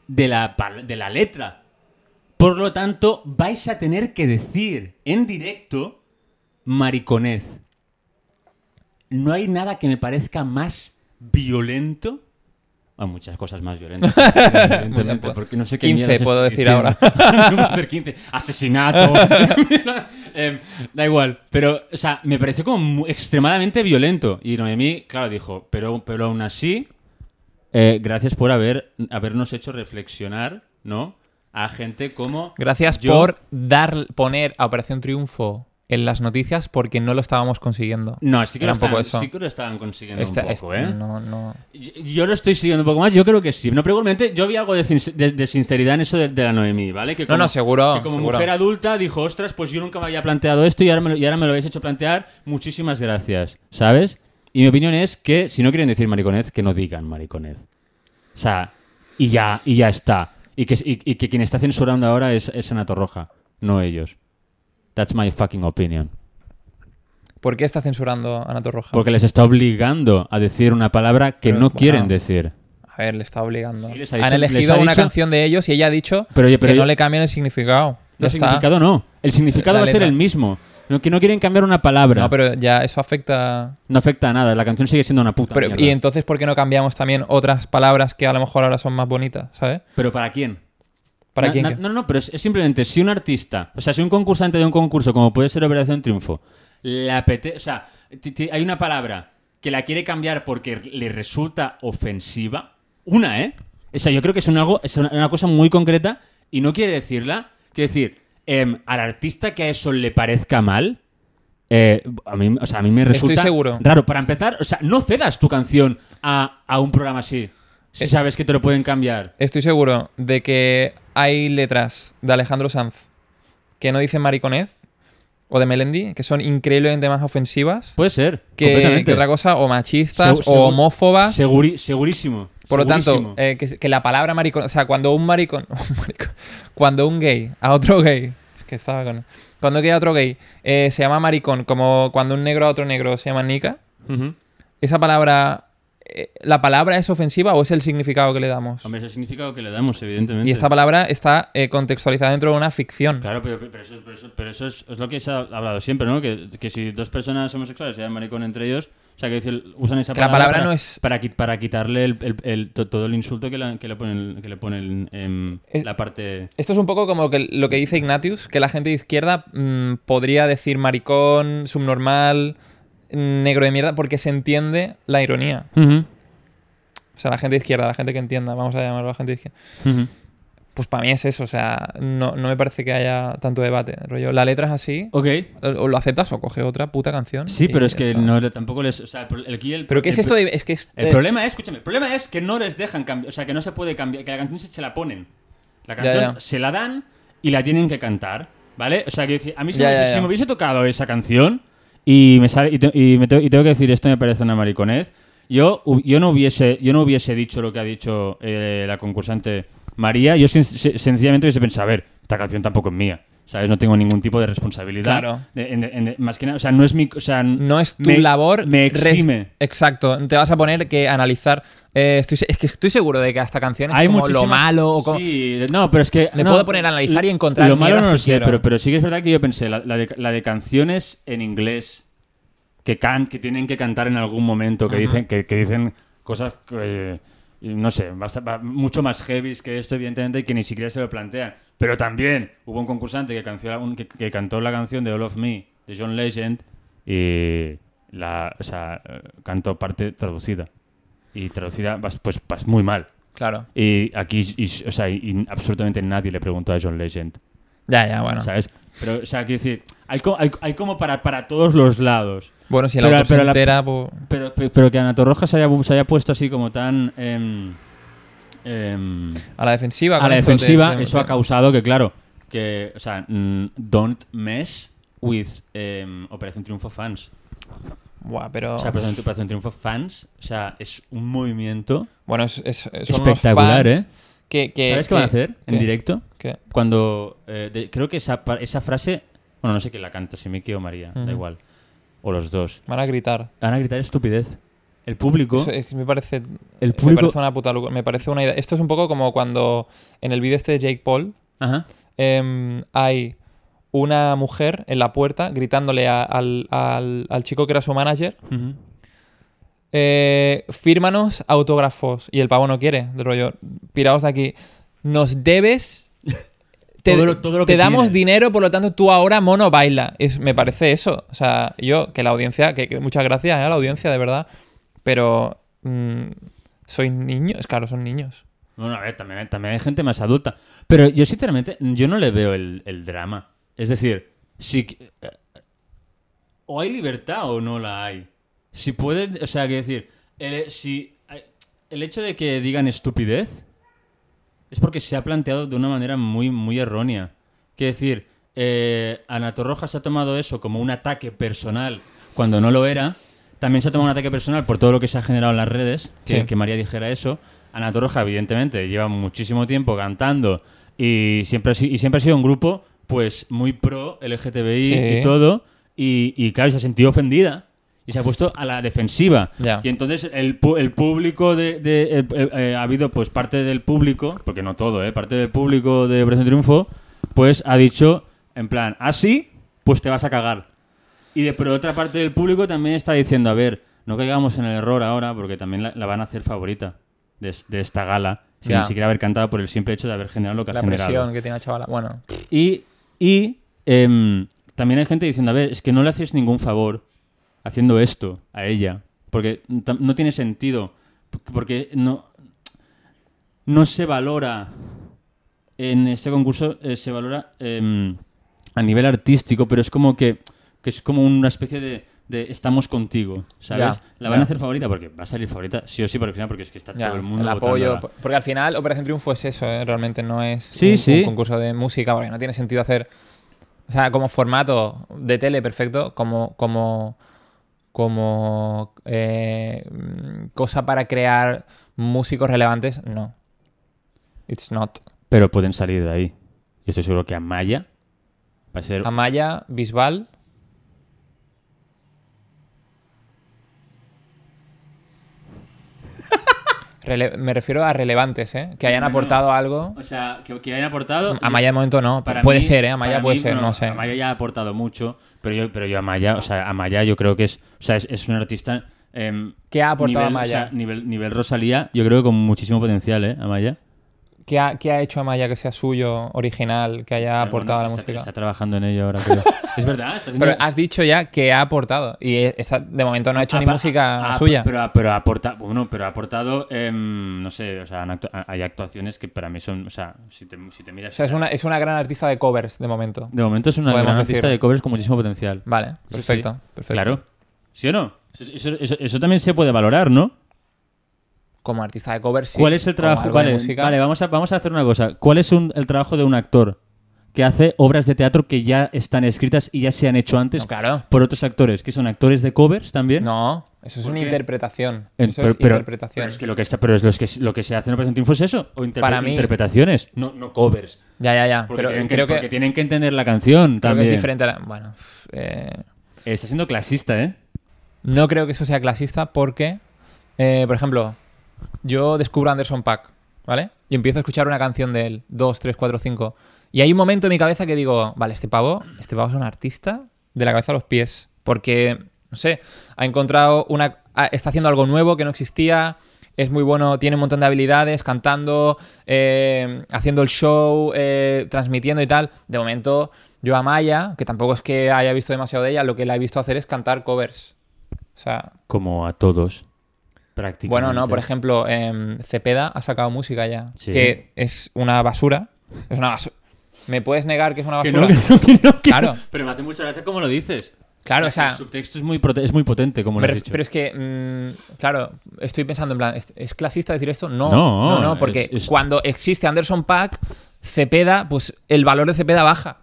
A: de la, pal- de la letra. Por lo tanto, vais a tener que decir en directo mariconez. No hay nada que me parezca más violento. Bueno, muchas cosas más violentas. evidentemente, porque no sé qué
B: 15
A: mierdas
B: puedo
A: estoy
B: decir ahora.
A: diciendo. Puedo hacer 15. Asesinato. Em, da igual. Pero, o sea, me pareció como mu- extremadamente violento. Y Noemí, claro, dijo, pero, pero aún así, eh, gracias por haber, habernos hecho reflexionar, ¿no? A gente como.
B: Gracias
A: yo.
B: por dar, poner a Operación Triunfo en las noticias porque no lo estábamos consiguiendo.
A: No, sí que,
B: Era
A: lo
B: un poco
A: estaban,
B: eso.
A: sí que lo estaban consiguiendo
B: Esta-
A: un poco,
B: esta-
A: ¿eh?
B: No, no.
A: Yo, yo lo estoy siguiendo un poco más, yo creo que sí. No, pero igualmente yo vi algo de, sin- de- de sinceridad en eso de, de la Noemí, ¿vale? Que
B: No, no, seguro,
A: Que como
B: seguro.
A: mujer adulta dijo, ostras, pues yo nunca me había planteado esto y ahora, me lo, y ahora me lo habéis hecho plantear, muchísimas gracias, ¿sabes? Y mi opinión es que si no quieren decir mariconez, que no digan mariconez. O sea, y ya, y ya está. Y que, y- y que quien está censurando ahora es, es Anato Roja, no ellos. That's my fucking opinion.
B: ¿Por qué está censurando a Nato Roja?
A: Porque les está obligando a decir una palabra que
B: Pero,
A: no
B: bueno.
A: quieren decir.
B: A ver, le está obligando.
A: Sí, les ha
B: Han
A: dicho- les
B: elegido
A: ha
B: una
A: dicho-
B: canción de ellos y ella ha dicho
A: Pero, oye, pero
B: que no
A: yo-
B: le cambian el significado.
A: El
B: Ya está.
A: significado no. El significado
B: La
A: va a ser
B: letra.
A: el mismo. No, que no quieren cambiar una palabra.
B: No, pero ya eso afecta.
A: No afecta a nada. La canción sigue siendo una puta.
B: Pero-
A: mierda.
B: y entonces, ¿por qué no cambiamos también otras palabras que a lo mejor ahora son más bonitas, ¿sabes?
A: ¿Pero para quién?
B: ¿Para
A: Na-
B: quién?
A: na-
B: que-
A: No, no, pero es, es simplemente si un artista, o sea, si un concursante de un concurso, como puede ser Operación Triunfo, le apete- o sea, ti- ti- hay una palabra que la quiere cambiar porque le resulta ofensiva, una, ¿eh? O sea, yo creo que es, un algo, es una, una cosa muy concreta y no quiere decirla. Quiere decir, em, al artista que a eso le parezca mal, eh, a, mí, o sea, a mí me resulta
B: seguro.
A: raro. Para empezar, o sea, no cedas tu canción a, a un programa así. Si
B: Es-
A: sabes que te lo pueden cambiar.
B: Estoy seguro de que hay letras de Alejandro Sanz que no dicen mariconez o de Melendi que son increíblemente más ofensivas
A: Puede ser.
B: que,
A: completamente.
B: que otra cosa, o machistas,
A: Segu-
B: o
A: segu-
B: homófobas.
A: Seguri- segurísimo.
B: Por lo tanto,
A: segurísimo.
B: eh, que, que la palabra maricón, o sea, cuando un maricón, un maricón- cuando un gay a otro gay, es que estaba con, cuando un gay a otro gay eh, se llama maricón, como cuando un negro a otro negro se llama nica,
A: Ujú.
B: esa palabra, eh, la palabra es ofensiva o es el significado que le damos.
A: Hombre, es el significado que le damos, evidentemente.
B: Y esta palabra está eh, contextualizada dentro de una ficción.
A: Claro, pero, pero eso, pero eso- pero eso es, es lo que se ha hablado siempre, ¿no? Que, que si dos personas homosexuales se llaman maricón entre ellos, o sea, que decir, usan esa
B: Que la
A: palabra,
B: palabra
A: para,
B: no es-
A: para, qui- para quitarle el, el- el- to- todo el insulto que, la- que le ponen, que le ponen em,
B: Es-
A: la parte...
B: Esto es un poco como que lo que dice Ignatius, que la gente de izquierda mm, podría decir maricón, subnormal, mm, negro de mierda, porque se entiende la ironía. O sea, la gente de izquierda, la gente que entienda, vamos a llamarlo la gente de izquierda. Pues para mí es eso, o sea, no, no me parece que haya tanto debate. Rollo, la letra es así,
A: Ok.
B: o lo aceptas o coge otra puta canción.
A: Sí,
B: y
A: pero es
B: ya
A: que
B: está.
A: no, tampoco les... O sea, el, el- el-
B: Pero ¿qué es
A: el-
B: esto de.? Es que es.
A: El
B: eh,
A: problema es, escúchame, el problema es que no les dejan cambiar, o sea, que no se puede cambiar, que la canción se, se la ponen. La
B: Ya,
A: canción
B: ya.
A: se la dan y la tienen que cantar, ¿vale? O sea, que decir, a mí si,
B: Ya,
A: me,
B: ya,
A: si
B: ya.
A: me hubiese tocado esa canción y me sale- y, te- y me tengo, y tengo que decir esto me parece una mariconez, yo, hu- yo, no, hubiese, yo no hubiese dicho lo que ha dicho eh, la concursante María, yo sen- sen- sencillamente hubiese pensado, a ver, esta canción tampoco es mía. ¿Sabes? No tengo ningún tipo de responsabilidad.
B: Claro.
A: De- en- en- más que nada, o sea, no es mi. O sea,
B: eh, No es tu
A: me-
B: labor.
A: Me
B: res-
A: exime.
B: Exacto. Te vas a poner que analizar. eh, estoy, se- es que estoy seguro de que hasta canciones
A: Hay
B: como
A: muchísimas-
B: lo malo o como-
A: Sí, no, pero es que.
B: Me
A: no,
B: puedo poner a analizar y encontrar
A: Lo malo
B: mierda
A: no lo
B: si
A: sé,
B: quiero.
A: pero, pero sí que es verdad que yo pensé, la, la de, la de canciones en inglés que, can, que tienen que cantar en algún momento, que, dicen, que, que dicen cosas. que, eh, no sé, basta- ba- mucho más heavy que esto, evidentemente, y que ni siquiera se lo plantean. Pero también hubo un concursante que, canció la- un- que, que cantó la canción de All of Me, de John Legend, y la, o sea, eh, cantó parte traducida. Y traducida, vas- pues, vas muy mal.
B: Claro.
A: Y aquí, y- o sea, y absolutamente nadie le preguntó a John Legend,
B: Ya, ya, bueno.
A: ¿sabes? Pero, o sea, quiero decir, hay, co- hay, hay como para, para todos los lados.
B: Bueno, si el
A: Pero-
B: autor se
A: pero la-
B: entera, pues-
A: Pero, pe- pero que Ana Torroja se haya, se haya puesto así como tan em, em,
B: a la defensiva.
A: a
B: con
A: la
B: esto te-
A: defensiva,
B: te-
A: eso ha
B: te-
A: causado que, claro, que, o sea, mm, don't mess with em, Operación Triunfo fans.
B: Buah, pero.
A: O sea, Operación, Operación Triunfo fans, o sea, es un movimiento.
B: Bueno, es, es- son unos
A: Espectacular,
B: fans
A: ¿eh?
B: Que, que-
A: ¿Sabes qué
B: que-
A: van a hacer
B: que-
A: en directo?
B: que-
A: cuando eh, de- creo que esa, pa- esa frase bueno no sé quién la canta si Miki o María da
B: Ujú.
A: igual o los dos
B: van a gritar.
A: van a gritar estupidez el público
B: Eso es que me parece.
A: el
B: Me
A: público
B: parece una puta locura, Me parece una idea. Esto es un poco como cuando en el vídeo este de Jake Paul
A: Ajá.
B: em, hay una mujer en la puerta gritándole a- al, al- al chico que era su manager.
A: Ujú.
B: eh, fírmanos autógrafos. Y el pavo no quiere, de rollo. Piraos de aquí. Nos debes. Te,
A: Todo lo- todo lo
B: te
A: que
B: damos
A: tienes.
B: dinero, por lo tanto tú ahora mono baila. Es, me parece eso. O sea, yo, que la audiencia, que, que muchas gracias eh, a la audiencia, de verdad. Pero mm, sois niños, claro, son niños.
A: bueno a ver también hay, también hay gente más adulta pero yo sinceramente yo no le veo el, el drama es decir si qui- eh, o hay libertad o no la hay si puede o sea quiero decir el, eh, si el hecho de que digan estupidez Es porque se ha planteado de una manera muy, muy errónea. Quiero decir, eh, Ana Torrojas ha tomado eso como un ataque personal cuando no lo era. También se ha tomado un ataque personal por todo lo que se ha generado en las redes, que,
B: Sí.
A: que María dijera eso. Ana Torroja, evidentemente, lleva muchísimo tiempo cantando y siempre ha, si- y siempre ha sido un grupo pues muy pro LGTBI y
B: Sí.
A: todo. Y, y, claro, se ha sentido ofendida y se ha puesto a la defensiva.
B: Ya.
A: Y entonces el, pu- el público de, de- el- el- eh, ha habido pues parte del público, porque no todo, ¿eh? parte del público de Operación Triunfo, pues ha dicho en plan, así, pues te vas a cagar. Y de, pero otra parte del público también está diciendo, a ver, no caigamos en el error ahora, porque también la, la van a hacer favorita de, es- de esta gala, sin
B: Ya.
A: ni siquiera haber cantado por el simple hecho de haber generado lo que
B: La
A: ha generado.
B: presión que tiene la chavala. Bueno,
A: Y, y, em, también hay gente diciendo, a ver, es que no le haces ningún favor haciendo esto a ella, porque tam- no tiene sentido, porque no, no se valora en este concurso, eh, se valora em, a nivel artístico, pero es como que, que es como una especie de, de estamos contigo, ¿sabes?
B: Ya,
A: la van a
B: ya.
A: hacer favorita porque va a salir favorita, sí o sí, porque, porque es que está
B: ya,
A: todo el mundo
B: el apoyo.
A: votándola.
B: por- Porque al final Operación Triunfo es eso, ¿eh? realmente no es
A: Sí,
B: un,
A: sí.
B: un concurso de música, porque no tiene sentido hacer. O sea, como formato de tele perfecto, como. como como eh, mm, cosa para crear músicos relevantes, no. It's not.
A: Pero pueden salir de ahí. Yo estoy seguro que Amaya va a ser
B: Amaya, Bisbal. Rele- me refiero a relevantes, ¿eh? Que hayan
A: Bueno.
B: aportado algo.
A: O sea, que, que hayan aportado.
B: Mm, Amaya de momento no.
A: Para
B: puede
A: mí-
B: ser, ¿eh? Amaya
A: para
B: puede
A: mí,
B: ser,
A: bueno,
B: no sé.
A: Amaya ya ha aportado mucho, pero yo, pero yo Amaya, o sea, Amaya yo creo que es, o sea, es, es un artista. em,
B: ¿Qué ha aportado
A: nivel,
B: Amaya?
A: o sea, nivel, nivel Rosalía, yo creo que con muchísimo potencial, ¿eh? Amaya.
B: ¿Qué, ha, qué ha hecho Amaya que sea suyo, original, que haya aportado
A: Bueno,
B: a la
A: está,
B: música?
A: Está trabajando en ello ahora, creo. es verdad, está haciendo.
B: Pero has dicho ya que ha aportado. Y e- esa- de momento no ha hecho ni
A: Apa-
B: música
A: a- a-
B: suya.
A: Ah, Pero, ha- pero ha aportado, bueno, pero ha aportado, em, no sé, o sea, han actu- hay actuaciones que para mí son, o sea, si te, si te miras.
B: o sea, es una, es una gran artista de covers, de momento.
A: de momento es una gran
B: podemos
A: artista
B: decirlo.
A: de covers con muchísimo potencial.
B: Vale,
A: Eso
B: perfecto,
A: sí.
B: perfecto.
A: Claro. ¿Sí o no? Eso, eso- eso- eso también se puede valorar, ¿no?
B: Como artista de covers, sí.
A: ¿Cuál es el
B: Como
A: trabajo?
B: algo de
A: Vale,
B: música.
A: vale, vamos, a, vamos a hacer una cosa. ¿Cuál es un- el trabajo de un actor que hace obras de teatro que ya están escritas y ya se han hecho antes
B: No, claro.
A: por otros actores? ¿Que son actores de covers también?
B: No, Eso es una
A: qué?
B: interpretación.
A: En-
B: Eso
A: pero,
B: es
A: pero-
B: interpretación.
A: pero es que lo que está, pero es los que, lo que se hace en Operación Triunfo es eso, o interpre-
B: Para mí-
A: interpretaciones, no, no covers.
B: Ya, ya, ya.
A: Porque,
B: pero
A: tienen, que,
B: creo, que,
A: porque tienen que entender la canción
B: creo que
A: también.
B: es diferente. a la- bueno, f- eh,
A: Está siendo clasista, ¿eh?
B: no creo que eso sea clasista porque, eh, por ejemplo, yo descubro a Anderson Pack, ¿vale? Y empiezo a escuchar una canción de él, dos, tres, cuatro, cinco. Y hay un momento en mi cabeza que digo, vale, este pavo, este pavo es un artista de la cabeza a los pies. Porque, no sé, ha encontrado una. ah, está haciendo algo nuevo que no existía. Es muy bueno, tiene un montón de habilidades, cantando, eh, haciendo el show, eh, transmitiendo y tal. De momento, yo a Maya, que tampoco es que haya visto demasiado de ella, lo que la he visto hacer es cantar covers. O sea,
A: Como a todos, prácticamente.
B: bueno, no, por ejemplo, em, Cepeda ha sacado música ya,
A: Sí.
B: que es una basura. Es una basura. ¿Me puedes negar que es una
A: Que
B: basura?
A: no, que no, que no, que no.
B: Claro.
A: Pero me hace mucha gracia cómo lo dices.
B: Claro, o sea,
A: El subtexto es muy, prote- es muy potente, como
B: me
A: lo has
B: ref-
A: dicho.
B: pero es que, mm, claro, estoy pensando en plan, ¿es, es clasista decir esto? No,
A: No,
B: no, no, porque
A: es- es-
B: cuando existe Anderson Pack, Cepeda, pues el valor de Cepeda baja.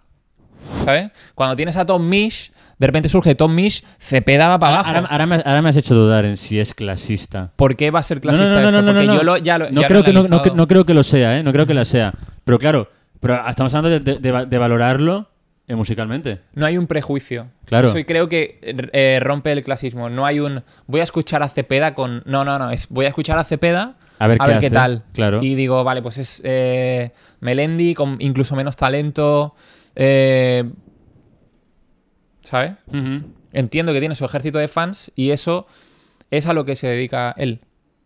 B: ¿Sabes? Cuando tienes a Tom Mish, de repente surge Tom Mish, Cepeda va para abajo.
A: ahora, ahora me, ahora me has hecho dudar en si es clasista.
B: ¿Por qué va a ser clasista
A: no, no, no, no,
B: esto?
A: no,
B: Porque
A: no.
B: yo lo, ya lo
A: No
B: ya
A: creo
B: lo he
A: que no, no,
B: analizado.
A: no creo que lo sea, ¿eh? No creo que lo sea. Pero claro, pero estamos hablando de, de- de valorarlo eh, musicalmente.
B: No hay un prejuicio.
A: Claro.
B: Eso creo que eh, rompe el clasismo. No hay un. Voy a escuchar a Cepeda con. No, no, no. Es voy a escuchar a Cepeda
A: A ver qué hace,
B: tal.
A: claro.
B: Y digo, vale, pues es eh, Melendi con incluso menos talento. eh, ¿Sabes? Entiendo que tiene su ejército de fans y eso es a lo que se dedica él.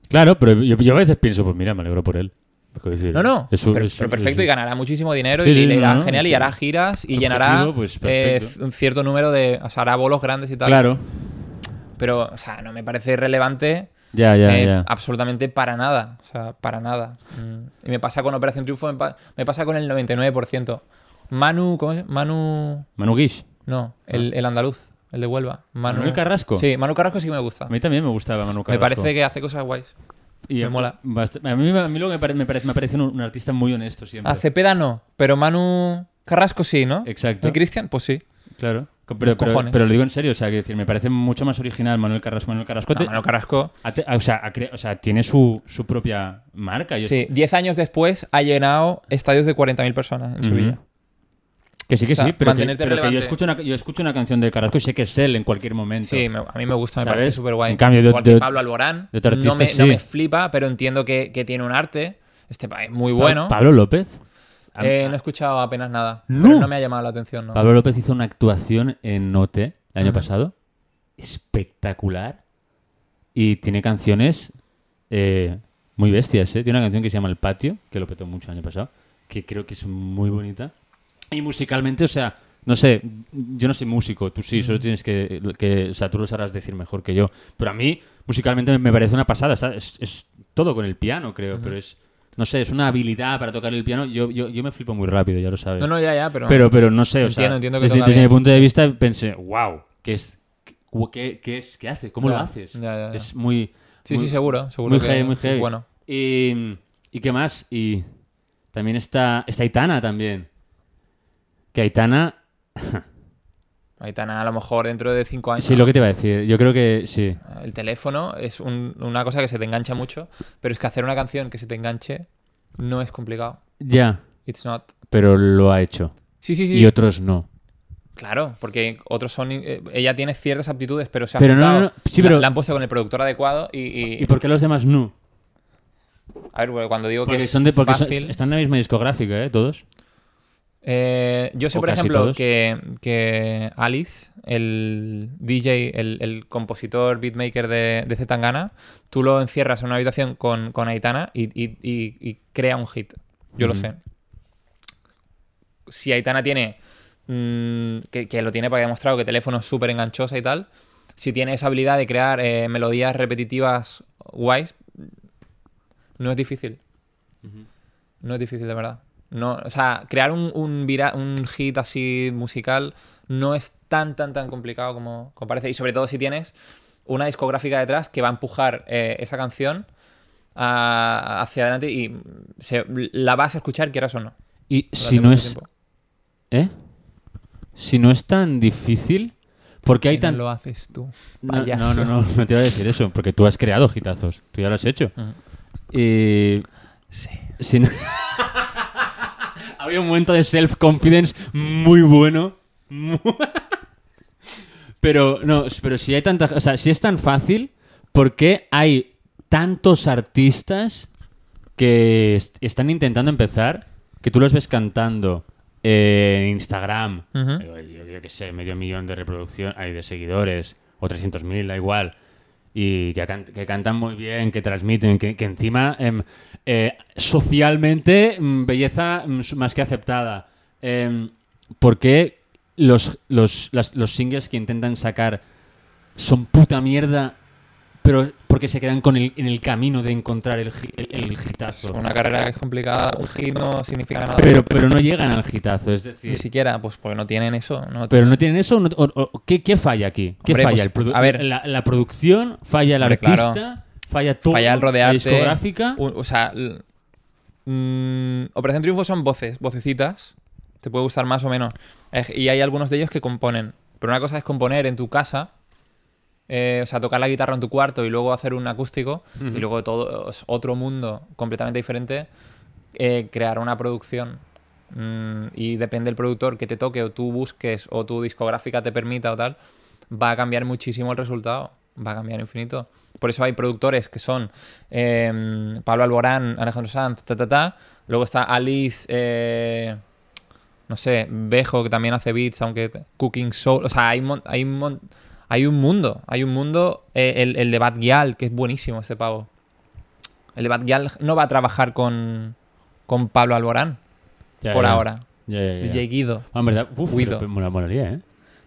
A: Claro, pero yo, yo a veces pienso, pues mira, me alegro por él. Porque, es decir,
B: No, no.
A: es un-
B: pero,
A: es un-
B: pero perfecto
A: es
B: y
A: un-
B: ganará muchísimo dinero
A: Sí,
B: y
A: sí,
B: le
A: no,
B: irá
A: no,
B: genial y
A: sí.
B: hará giras y
A: Su
B: llenará
A: objetivo, pues,
B: eh,
A: perfecto.
B: un cierto número de. O sea, hará bolos grandes y tal.
A: Claro.
B: Pero, o sea, no me parece relevante
A: Ya, ya,
B: eh,
A: ya.
B: absolutamente para nada. O sea, para nada. Mm. Y me pasa con Operación Triunfo, me, pa- me pasa con el 99%. Manu, ¿cómo es? Manu.
A: Manu Guix.
B: No, el, el andaluz, el de Huelva.
A: Ah.
B: Manu,
A: ¿Manuel Carrasco?
B: Sí, Manu Carrasco sí que me gusta.
A: A mí también me gustaba Manu
B: Me
A: Carrasco.
B: parece que hace cosas guays.
A: Y
B: me mola.
A: bast- A mí, a mí luego me, pare- me, parece, me ha parecido un, un artista muy honesto siempre.
B: A Cepeda no, pero Manu Carrasco sí, ¿no?
A: Exacto.
B: ¿Y Cristian? Pues sí.
A: Claro. Co- Pero, pero-
B: cojones.
A: pero lo digo en serio, o sea, quiero decir, me parece mucho más original Manuel Carrasco. Manuel Carrasco
B: No,
A: te-
B: Manu Carrasco.
A: ha te- o, sea, ha cre- o sea, tiene su, su propia marca. Yo-
B: Sí, 10 años después ha llenado estadios de 40.000 personas en
A: Ujú.
B: Sevilla.
A: Que sí, que
B: O sea,
A: sí, pero, que,
B: mantenerte
A: pero que yo,
B: relevante.
A: escucho una, yo escucho una canción de Carrasco y sé que es él en cualquier momento.
B: Sí, me- a mí me gusta, me
A: ¿Sabes?
B: parece súper guay.
A: En cambio, de-
B: Igual que
A: de-
B: Pablo Alborán,
A: de otro
B: no,
A: artista,
B: me, no
A: sí.
B: me flipa, pero entiendo que, que tiene un arte. Este país muy
A: Pa-
B: bueno.
A: Pablo López. A-
B: Eh, no he escuchado apenas nada.
A: No.
B: Pero no me ha llamado la atención, ¿no?
A: Pablo López hizo una actuación en Note el año
B: Ajá.
A: pasado. Espectacular. Y tiene canciones eh, muy bestias, ¿eh? Tiene una canción que se llama El Patio, que lo petó mucho el año pasado, que creo que es muy bonita. Y musicalmente, o sea, no sé, yo no soy músico, tú sí, solo tienes que, que, o sea, tú lo sabrás decir mejor que yo. Pero a mí, musicalmente, me- me parece una pasada, ¿sabes? Es, es todo con el piano, creo, pero es, no sé, es una habilidad para tocar el piano. Yo, yo, yo me flipo muy rápido, ya lo sabes.
B: No, no, ya, ya, pero.
A: Pero, pero no sé, o
B: Entiendo,
A: sea,
B: entiendo que
A: desde,
B: toca
A: desde mi
B: bien.
A: punto de vista pensé, wow, ¿qué es? ¿Qué, qué- qué es? ¿Qué hace? ¿Cómo
B: Ya,
A: lo haces?
B: ya, ya, ya.
A: Es muy...
B: sí,
A: muy-
B: sí, seguro. seguro
A: Muy
B: que-
A: heavy, muy heavy.
B: Bueno.
A: Y, ¿y qué más? Y también está, está Aitana también. Que Aitana...
B: Aitana, a lo mejor dentro de 5 años. eh,
A: Sí, lo que te iba a decir. Yo creo que sí.
B: El teléfono es un- una cosa que se te engancha mucho, pero es que hacer una canción que se te enganche no es complicado.
A: Ya.
B: It's not.
A: Pero lo ha hecho.
B: Sí, sí, sí.
A: Y otros no.
B: Claro, porque otros son. eh, Ella tiene ciertas aptitudes, pero se ha
A: Pero no,
B: juntado.
A: no, no. Sí,
B: la,
A: pero-
B: la han puesto con el productor adecuado y. y-
A: ¿Y por qué los demás no?
B: A ver, porque cuando digo que
A: Porque,
B: es
A: son de, porque son-
B: fácil.
A: están en la misma discográfica, ¿eh? Todos.
B: Eh, yo sé,
A: O
B: por
A: casi
B: ejemplo,
A: todos.
B: que, que Alice, el DJ, el, el compositor, beatmaker de, de Zetangana, tú lo encierras en una habitación con, con Aitana y, y- y- y crea un hit. Yo lo
A: Ujú.
B: sé. Si Aitana tiene, mm, que, que lo tiene porque ha demostrado que teléfono es súper enganchosa y tal, si tiene esa habilidad de crear eh, melodías repetitivas guays, no es difícil. No es difícil, de verdad. No, o sea, crear un, un, vira- un hit así musical no es tan, tan, tan complicado como, como parece. Y sobre todo si tienes una discográfica detrás que va a empujar eh, esa canción a- hacia adelante y se- la vas a escuchar, quieras o no.
A: Y
B: durante
A: si no
B: mucho
A: es...
B: tiempo.
A: ¿Eh? Si no es tan difícil, Porque hay
B: no
A: tan...
B: lo haces tú.
A: No, no,
B: payaso.
A: no, no, no te iba a decir eso, porque tú has creado hitazos, tú ya lo has hecho. Y...
B: Ah. Sí.
A: si no- Había un momento de self-confidence muy bueno. Mu- pero no, pero si hay tanta... O sea, si es tan fácil, ¿por qué hay tantos artistas que est- están intentando empezar, que tú los ves cantando eh, en Instagram,
B: Ujú.
A: yo, yo- yo qué sé, medio millón de reproducción, hay de seguidores, o 300.000, da igual, y que, can- que cantan muy bien, que transmiten, que, que encima em, eh, socialmente mm, belleza mm, s- más que aceptada. Em, ¿Por qué los, los, las- los singles que intentan sacar son puta mierda? Pero porque se quedan con el, en el camino de encontrar el, gi- el, el hitazo.
B: Una carrera que es complicada, un hit no significa nada.
A: Pero, pero no llegan al hitazo, es
B: Ni
A: decir.
B: siquiera, pues porque no tienen eso. No
A: Pero
B: tienen-
A: no tienen eso. no- o- o- ¿qué, qué falla aquí? ¿Qué
B: Hombre,
A: falla?
B: pues,
A: El produ-
B: a ver.
A: la, la producción, falla el
B: Hombre,
A: artista,
B: claro.
A: falla todo.
B: Falla el
A: La
B: rodearte.
A: discográfica.
B: u- o sea, l- mm, Operación Triunfo son voces, vocecitas. Te puede gustar más o menos. Eh, y hay algunos de ellos que componen. Pero una cosa es componer en tu casa. eh, o sea, tocar la guitarra en tu cuarto y luego hacer un acústico. Y luego todo es otro mundo completamente diferente. eh, crear una producción. Mm, y depende del productor que te toque o tú busques o tu discográfica te permita o tal, va a cambiar muchísimo el resultado. Va a cambiar infinito. Por eso hay productores que son em, Pablo Alborán, Alejandro Sanz, ta, ta, ta. Luego está Alice, eh, no sé, Bejo, que también hace beats, aunque t- Cooking Soul. O sea, hay, mon- hay, un mon- hay un mundo. Hay un mundo. eh, el, el de Bad Gyal, que es buenísimo ese pavo. El de Bad Gyal no va a trabajar con, con Pablo Alborán
A: Ya,
B: por
A: ya.
B: ahora.
A: Ya, ya, ya.
B: DJ Guido.
A: Ah, en verdad. Uf,
B: Guido.
A: pero me la molaría, ¿eh?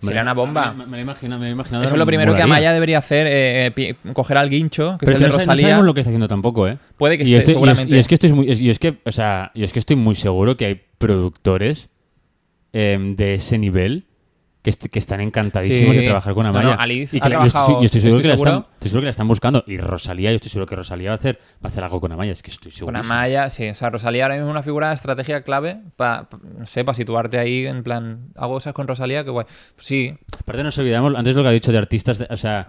A: Me
B: Sería
A: la-
B: una bomba.
A: Me, me la imagino, me la imagino.
B: Eso es
A: ahora,
B: lo primero que
A: Ah, molaría.
B: Amaya debería hacer, eh, eh, pi- coger al guincho, que
A: Pero
B: es
A: es que
B: el
A: no,
B: de
A: sa- no
B: Rosalía.
A: sabemos lo que está haciendo tampoco, ¿eh?
B: Puede que
A: Y
B: esté,
A: estoy- y es-
B: seguramente.
A: y es que estoy muy, es- y es que, o sea, y es que estoy muy seguro que hay productores em, de ese nivel que, est- que están encantadísimos
B: Sí.
A: de trabajar con
B: No,
A: Amaya.
B: no, Alice
A: y que
B: ha
A: la- yo estoy-
B: trabajado-
A: yo estoy seguro
B: estoy
A: que la
B: seguro.
A: están, estoy seguro que la están buscando. Y Rosalía, yo estoy seguro que Rosalía va a hacer, va a hacer algo con Amaya. Es que estoy seguro.
B: Con Amaya, sí. O sea, Rosalía ahora mismo es una figura de estrategia clave para, no sé, para situarte ahí en plan, hago cosas con Rosalía, que guay. Pues Sí,
A: Aparte nos olvidamos, antes lo que ha dicho de artistas, de- o sea,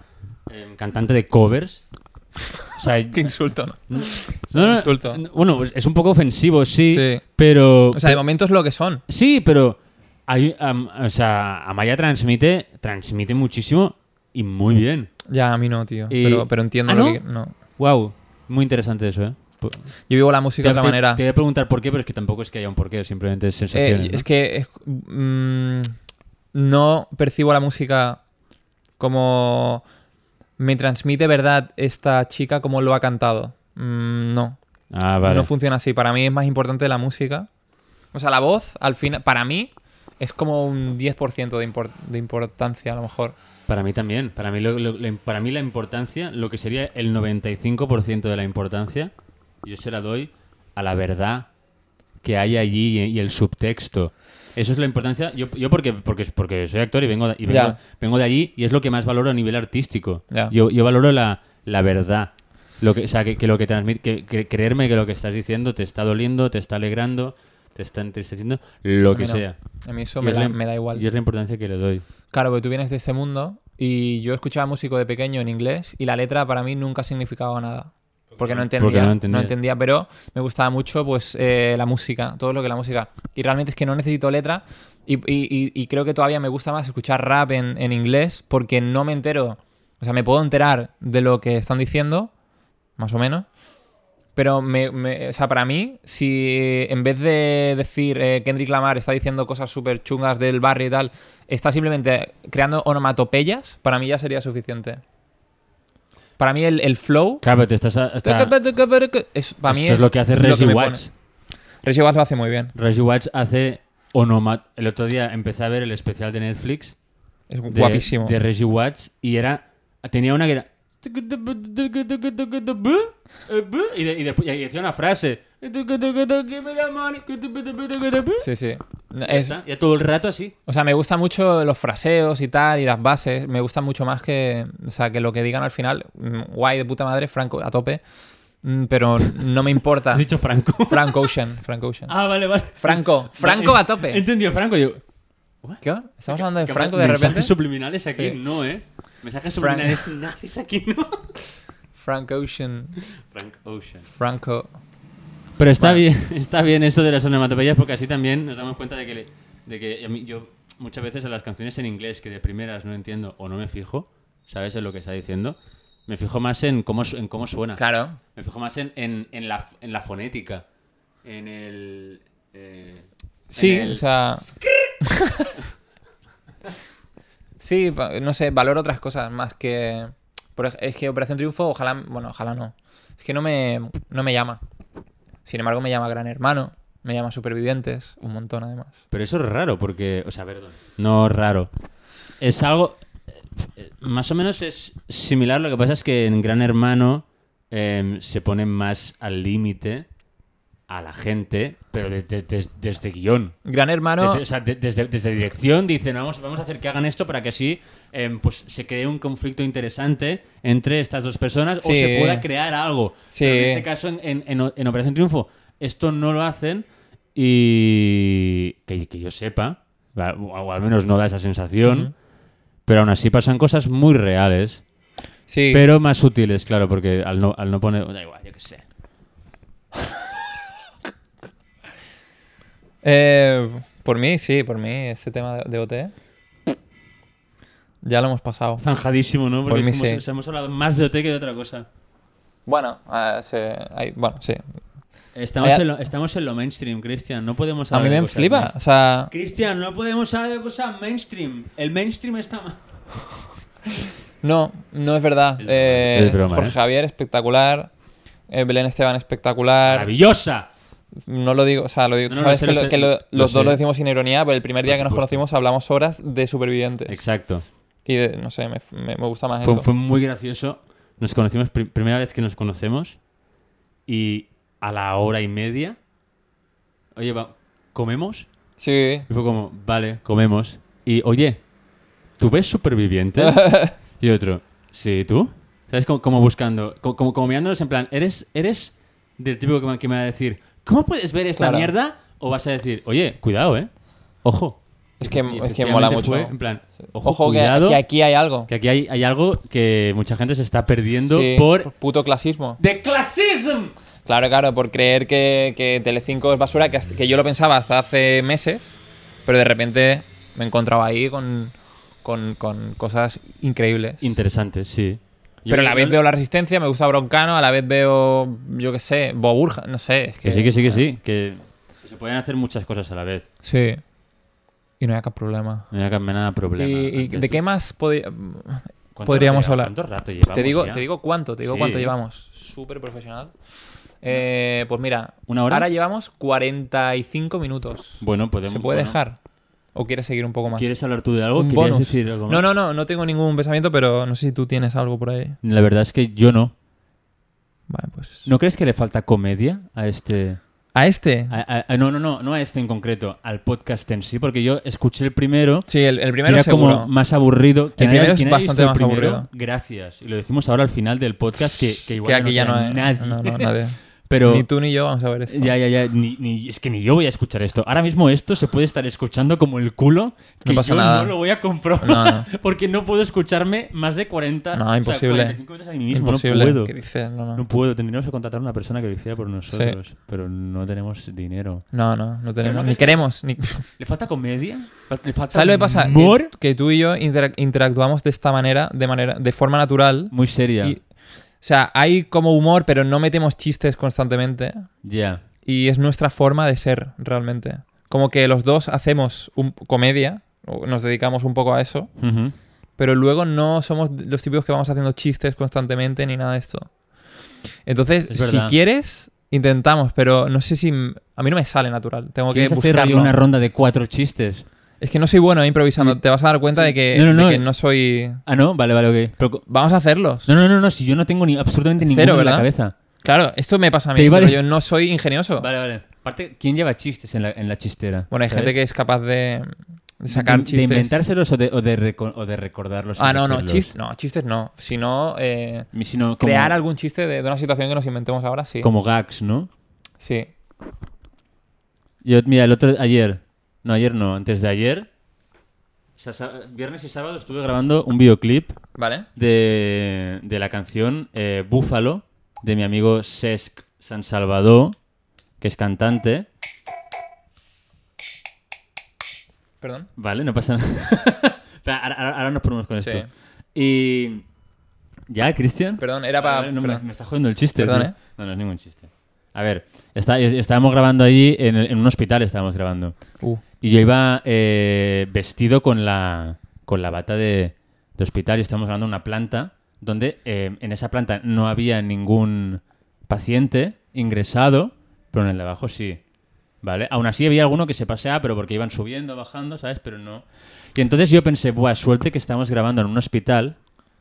A: em, cantante de covers. O sea,
B: qué insulto, ¿no?
A: no, no,
B: insulto.
A: no, bueno, es un poco ofensivo, sí,
B: Sí.
A: pero...
B: O sea, de momento es lo que son.
A: Sí, pero hay, am- o sea, Amaya transmite, transmite muchísimo y muy bien.
B: Ya, a mí no, tío.
A: Y-
B: Pero, pero entiendo
A: ¿Ah,
B: lo
A: no?
B: que... No.
A: Wow, muy interesante eso, ¿eh? Po-
B: Yo vivo la música de otra
A: te,
B: manera.
A: te voy a preguntar por qué, pero es que tampoco es que haya un porqué, simplemente es
B: Eh,
A: sensaciones.
B: es que es- mm, no percibo la música como me transmite verdad esta chica como lo ha cantado. Mm,
A: ¿no?
B: no,
A: Ah, vale.
B: no funciona así. Para mí es más importante la música. O sea, la voz, al final, para mí, es como un 10% de, impor- de importancia, a lo mejor.
A: Para mí también. Para mí, lo- lo- lo- para mí la importancia, lo que sería el 95% de la importancia, yo se la doy a la verdad que hay allí y, y el subtexto. Eso es la importancia. Yo, yo porque, porque, porque soy actor y vengo, de- y vengo,
B: Ya.
A: vengo de allí y es lo que más valoro a nivel artístico.
B: Ya.
A: Yo, yo valoro la, la verdad. Lo que, o sea, que, que lo que transmite, que, que creerme que lo que estás diciendo te está doliendo, te está alegrando, te está entristeciendo, lo
B: A
A: que
B: mí no.
A: sea.
B: A mí eso
A: Y
B: me
A: es
B: da,
A: la-
B: me da igual.
A: Y es la importancia que le doy.
B: Claro, porque tú vienes de este mundo y yo escuchaba músico de pequeño en inglés y la letra para mí nunca significaba nada. Porque no entendía,
A: Porque no
B: no entendía.
A: entendía.
B: pero me gustaba mucho pues eh, la música, todo lo que la música. Y realmente es que no necesito letra y, y- y- y creo que todavía me gusta más escuchar rap en, en inglés porque no me entero, o sea, me puedo enterar de lo que están diciendo, más o menos, pero me, me- o sea, para mí, si eh, en vez de decir eh, Kendrick Lamar está diciendo cosas súper chungas del barrio y tal, está simplemente creando onomatopeyas, para mí ya sería suficiente. Para mí el, el flow...
A: Claro, pero te estás... a- hasta-
B: Es, para mí
A: Esto es lo que hace Reggie
B: me
A: Watts.
B: pone. Reggie Watts lo hace muy bien.
A: Reggie Watts hace onomat... El otro día empecé a ver el especial de Netflix
B: Es
A: de,
B: guapísimo.
A: de Reggie Watts y era... Tenía una que era... Y, de- y después y decía una frase.
B: Sí, sí.
A: Ya
B: Es,
A: está, ya todo el rato así.
B: O sea, me gustan mucho los fraseos y tal, y las bases. Me gustan mucho más que, o sea, que lo que digan al final. Mm, Guay, de puta madre, Franco, a tope. Mm, Pero no me importa.
A: Has dicho Franco.
B: Frank Ocean, Frank Ocean.
A: ah, vale, vale.
B: Franco, Franco a tope.
A: Entendido, Franco. Yo, What?
B: ¿Qué? Eh, ¿Estamos hablando de
A: Que
B: Franco
A: me-
B: de
A: mensajes
B: repente?
A: subliminales aquí,
B: Sí.
A: no, ¿eh? Mensajes
B: Frank-
A: subliminales nazis aquí, no.
B: Frank Ocean.
A: Frank Ocean.
B: Franco.
A: Pero está bien, está bien eso de las onomatopeyas porque así también nos damos cuenta de que, le- de que a mí- yo muchas veces a las canciones en inglés que de primeras no entiendo o no me fijo, ¿sabes en lo que está diciendo? Me fijo más en cómo, su- en cómo suena.
B: Claro.
A: Me fijo más en, en, en la, en la fonética, en el... eh,
B: Sí,
A: en el-
B: o sea. sí, va- no sé, valoro otras cosas más que. por ej- es que Operación Triunfo, ojalá. Bueno, ojalá no. Es que no me, no me llama. Sin embargo, me llama Gran Hermano, me llama Supervivientes, un montón además.
A: Pero eso es raro porque, o sea, perdón, no raro. Es algo, eh, más o menos es similar, lo que pasa es que en Gran Hermano em, se pone más al límite a la gente, pero de- de- de- desde guión.
B: Gran Hermano.
A: Desde, o sea, de- desde- desde dirección dicen, vamos, vamos a hacer que hagan esto para que así em, pues, se cree un conflicto interesante entre estas dos personas o
B: Sí.
A: se pueda crear algo.
B: Sí.
A: Pero en este caso, en, en- en O- en Operación Triunfo, esto no lo hacen y que, que yo sepa, va, o o al menos no da esa sensación,
B: Ujú.
A: pero aún así pasan cosas muy reales,
B: sí.
A: pero más sutiles, claro, porque al no, al no poner... Da igual, yo qué sé.
B: Eh, por mí, sí, por mí, ese tema de, de OT. Ya lo hemos pasado.
A: Zanjadísimo, ¿no? Porque
B: Por mí
A: es como
B: sí.
A: si- si hemos hablado más de OT que de otra cosa.
B: Bueno, eh, se- hay- bueno, sí.
A: Estamos,
B: Hay-
A: en lo, estamos en lo mainstream, Cristian. No podemos
B: A
A: hablar
B: mí
A: de
B: me
A: cosas
B: flipa. O
A: mainstream.
B: sea,
A: Cristian, no podemos hablar de cosas mainstream. El mainstream está mal.
B: No, no es verdad.
A: Es
B: Eh,
A: broma, es broma,
B: Jorge
A: ¿eh?
B: Javier, espectacular. Eh, Belén Esteban, espectacular.
A: ¡Maravillosa!
B: No lo digo, o sea, lo digo.
A: No, no,
B: Sabes
A: lo sé,
B: que,
A: lo
B: lo-
A: sé,
B: que lo-
A: lo
B: los
A: sé.
B: dos lo decimos sin ironía, pero el primer día que nos
A: supuesto.
B: conocimos hablamos horas de supervivientes.
A: Exacto.
B: Y de- no sé, me, me- me gusta más
A: Fue,
B: eso.
A: fue muy gracioso. Nos conocimos, pri- primera vez que nos conocemos. Y a la hora y media. Oye, va, ¿comemos?
B: Sí,
A: Y fue como, vale, comemos. Y oye, ¿tú ves supervivientes? y otro, sí, ¿tú? ¿Sabes? Como, como buscando, co- como, como mirándonos en plan, ¿eres, eres del tipo que me, que me va a decir, ¿cómo puedes ver esta
B: Claro.
A: mierda? O vas a decir, oye, cuidado, ¿eh? Ojo.
B: Es
A: Y
B: que- es que
A: efectivamente
B: mola mucho.
A: fue en plan, ojo,
B: ojo que,
A: cuidado,
B: que aquí hay algo.
A: que aquí hay, hay algo que mucha gente se está perdiendo
B: Sí,
A: por...
B: puto clasismo.
C: ¡De clasism!
B: Claro, claro, por creer que, que Telecinco es basura, que, hasta- que yo lo pensaba hasta hace meses, pero de repente me encontraba ahí con, con, con cosas increíbles.
A: Interesante, sí. Yo
B: Pero a la
A: creo
B: vez
A: que-
B: veo la resistencia, me gusta Broncano, a la vez veo, yo qué sé, Boburja, no sé. Es que,
A: Que sí, que sí, que sí. Que que se pueden hacer muchas cosas a la vez.
B: Sí. Y no hay acá problema.
A: No voy a cambiar nada de problema.
B: ¿Y, y de
A: Entonces,
B: qué más podi-
A: ¿cuánto
B: podríamos
A: rato lleva-
B: hablar?
A: ¿Cuánto rato llevamos
B: Te digo,
A: ya?
B: te digo cuánto, te digo
A: Sí.
B: cuánto llevamos. Súper profesional. Eh, pues mira,
A: ¿Una hora?
B: ahora llevamos 45 minutos.
A: Bueno, podemos...
B: ¿Se puede
A: bueno.
B: dejar? ¿O quieres seguir un poco más?
A: ¿Quieres hablar tú de algo?
B: un
A: ¿Quieres
B: bonus?
A: decir algo más?
B: No, no, no, no tengo ningún pensamiento, pero no sé si tú tienes algo por ahí.
A: La verdad es que yo no.
B: Vale, pues.
A: ¿No crees que le falta comedia a este...?
B: ¿A este?
A: a- a- a- no, no, no, no a este en concreto, al podcast en sí, porque yo escuché el primero,
B: Sí, el, el
A: que
B: primero
A: era
B: seguro.
A: como más aburrido. Quien haya-
B: primero es
A: quien haya visto
B: bastante
A: el
B: más
A: primero,
B: aburrido.
A: Gracias. Y lo decimos ahora al final del podcast, que, que igual
B: aquí ya no
A: queda
B: hay
A: nadie.
B: No, no, nadie.
A: Pero...
B: Ni tú ni yo vamos a ver esto.
A: Ya, ya, ya. Ni, ni- es que ni yo voy a escuchar esto. Ahora mismo esto se puede estar escuchando como el culo. Que
B: pasa
A: yo
B: nada.
A: no lo voy a comprobar.
B: No, no.
A: Porque no puedo escucharme más de 40.
B: No,
A: o sea,
B: imposible.
A: 45 veces a mí mismo.
B: Imposible.
A: No puedo.
B: ¿Qué dices? No,
A: No
B: no.
A: puedo. Tendríamos que contratar a una persona que lo hiciera por nosotros. Pero no tenemos dinero.
B: No, no, no tenemos.
A: no
B: ni
A: les-
B: queremos. Ni...
A: ¿Le falta comedia? Fal- ¿Le falta
B: ¿Sabes lo que pasa? Que-
A: humor?
B: Que, tú y yo interac- interactuamos de esta manera, de manera, de forma natural.
A: Muy seria.
B: Y- o sea, hay como humor, pero no metemos chistes constantemente.
A: Ya.
B: Y es nuestra forma de ser, realmente. Como que los dos hacemos un- comedia, o nos dedicamos un poco a eso,
A: Ujú.
B: pero luego no somos los típicos que vamos haciendo chistes constantemente ni nada de esto. Entonces,
A: Es
B: si
A: verdad.
B: quieres, intentamos, pero no sé si... m- A mí no me sale natural, tengo que
A: ¿Quieres hacer rollo
B: buscarlo.
A: una ronda de cuatro chistes?
B: Es que no soy bueno eh, improvisando, te vas a dar cuenta de que de que
A: No,
B: no,
A: no, no.
B: soy...
A: Ah, no. Vale, vale, ok. Pero co-
B: Vamos a hacerlos.
A: no, no, no, no. Si yo no tengo ni absolutamente ninguno en la
B: ¿verdad?
A: cabeza.
B: Claro, esto me pasa a mí,
A: Te iba a
B: pero
A: decir-
B: yo no soy ingenioso.
A: Vale, vale. Aparte, ¿quién lleva chistes en la, en la chistera?
B: Oh. Bueno, hay
A: ¿Sabes?
B: gente que es capaz de, de sacar
A: de,
B: chistes.
A: De inventárselos o de, o de, reco- o de recordarlos.
B: Ah,
A: y
B: no, no,
A: decirlos.
B: chistes no, chistes no. Sino eh,
A: Sino como,
B: crear algún chiste de, de una situación que nos inventemos ahora, sí.
A: como gags, ¿no?
B: Sí.
A: Yo, mira, el otro ayer. No, ayer no, antes de ayer. o sea, sa- viernes y sábado estuve grabando un videoclip
B: ¿Vale?
A: de, de la canción eh, Búfalo de mi amigo Sesc San Salvador, que es cantante.
B: Perdón.
A: Vale, no pasa nada. Pero ahora, ahora- ahora nos ponemos con
B: Sí.
A: esto. Y. ¿Ya, Cristian?
B: Perdón, era para.
A: Ah, vale, no, me, me está jodiendo el chiste.
B: Perdón,
A: tío.
B: ¿eh?
A: No, no es ningún chiste. A ver, está- estábamos grabando allí, en, el- en un hospital estábamos grabando.
B: Uh,
A: Y yo iba eh, vestido con la, con la bata de, de hospital y estamos hablando de una planta donde eh, en esa planta no había ningún paciente ingresado, pero en el de abajo sí. ¿Vale? Aún así había alguno que se paseaba, pero porque iban subiendo, bajando, ¿sabes? Pero no. Y entonces yo pensé, buah, suerte que estamos grabando en un hospital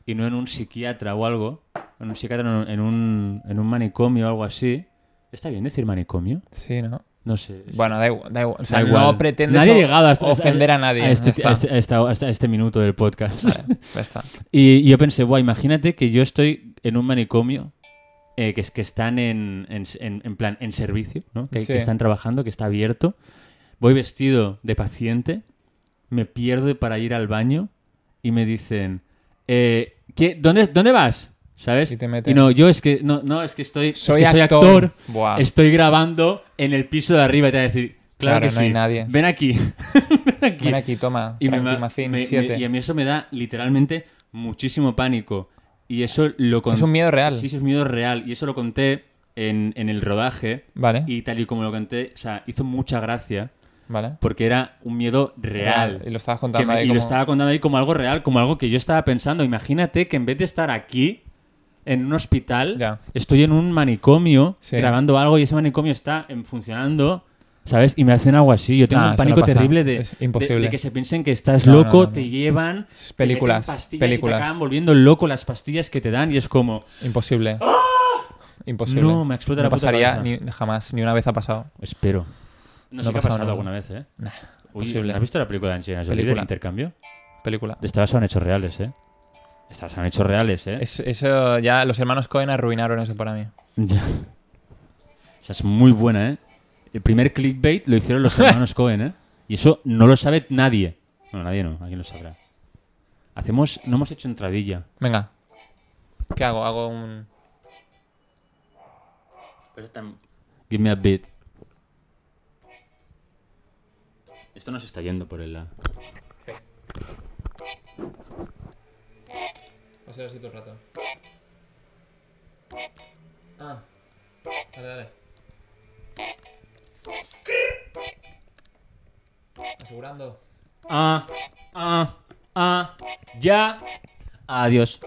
A: y no en un psiquiatra o algo. En un psiquiatra, en un- en un, en un manicomio o algo así. ¿Está bien decir manicomio?
B: Sí, ¿no?
A: No sé.
B: Bueno, da igual. Da igual. O sea,
A: Da igual.
B: no pretendes
A: Nadie ha
B: o-
A: llegado hasta- hasta-
B: ofender a nadie.
A: A este,
B: ya está.
A: a este- a esta- hasta este minuto del podcast.
B: Vale, ya está.
A: Y, y yo pensé, guau, imagínate que yo estoy en un manicomio eh, que, es- que están en, en, en- en plan en servicio, ¿no? que,
B: Sí.
A: que están trabajando, que está abierto. Voy vestido de paciente, me pierdo para ir al baño y me dicen, eh, ¿qué- dónde, ¿dónde vas? ¿Sabes?
B: Y te meten.
A: no, yo es que, no, no, es que estoy, es
B: Soy
A: que soy
B: actor.
A: actor,
B: Buah.
A: estoy grabando en el piso de arriba y te van a decir, claro,
B: Claro,
A: que
B: no hay
A: sí,
B: nadie.
A: ven aquí. ven aquí.
B: Ven aquí, toma.
A: Y, me, ma-
B: Tranquimacín,
A: me- me-
B: siete.
A: y em- a mí eso me da literalmente muchísimo pánico. Y eso lo con-
B: Es un miedo real.
A: Sí, es un miedo real. Y eso lo conté en, en el rodaje.
B: Vale.
A: Y tal y como lo conté, o sea, hizo mucha gracia.
B: Vale.
A: Porque era un miedo real.
B: Y lo estabas
A: Que
B: contando
A: me-
B: ahí
A: y
B: como-
A: lo estaba contando ahí como algo real, como algo que yo estaba pensando. Imagínate que en vez de estar aquí, en un hospital,
B: Ya.
A: estoy en un manicomio
B: Sí.
A: grabando algo y ese manicomio está en- funcionando, ¿sabes? Y me hacen algo así. Yo tengo
B: Nah,
A: un
B: Ah, eso no
A: pánico
B: pasa.
A: terrible de,
B: Es imposible.
A: de- de que se piensen que estás
B: No, no,
A: loco,
B: no, no.
A: te llevan.
B: Es
A: te
B: películas,
A: meten pastillas Y
B: películas.
A: te acaban volviendo loco las pastillas que te dan y es como.
B: Imposible. Imposible.
A: ¡Ah! No, me explota la
B: No
A: puta
B: pasaría
A: cabeza.
B: ni- jamás, ni una vez ha pasado.
A: Espero. No, sé
B: ha
A: qué ha
B: pasado
A: pasado
B: nada.
A: alguna vez, ¿eh?
B: Nah,
A: Uy,
B: imposible.
A: ¿Has visto la película de Angelina Jolie del
B: Película.
A: intercambio?
B: Película.
A: Está basado en hechos reales, ¿eh? Está basado en hechos reales, ¿eh?
B: Es- eso ya los hermanos Cohen arruinaron eso para mí.
A: Ya. Esa es muy buena, ¿eh? El primer clickbait lo hicieron los hermanos Cohen, ¿eh? Y eso no lo sabe nadie. Bueno, nadie no, alguien lo sabrá. Hacemos, no hemos hecho entradilla.
B: Venga. ¿Qué hago? Hago un.
A: Give me a bit. Esto nos está yendo por el lado.
B: Va a ser así todo el rato. Ah. Dale, dale. Asegurando.
A: Ah, ah, ah, ya. Adiós.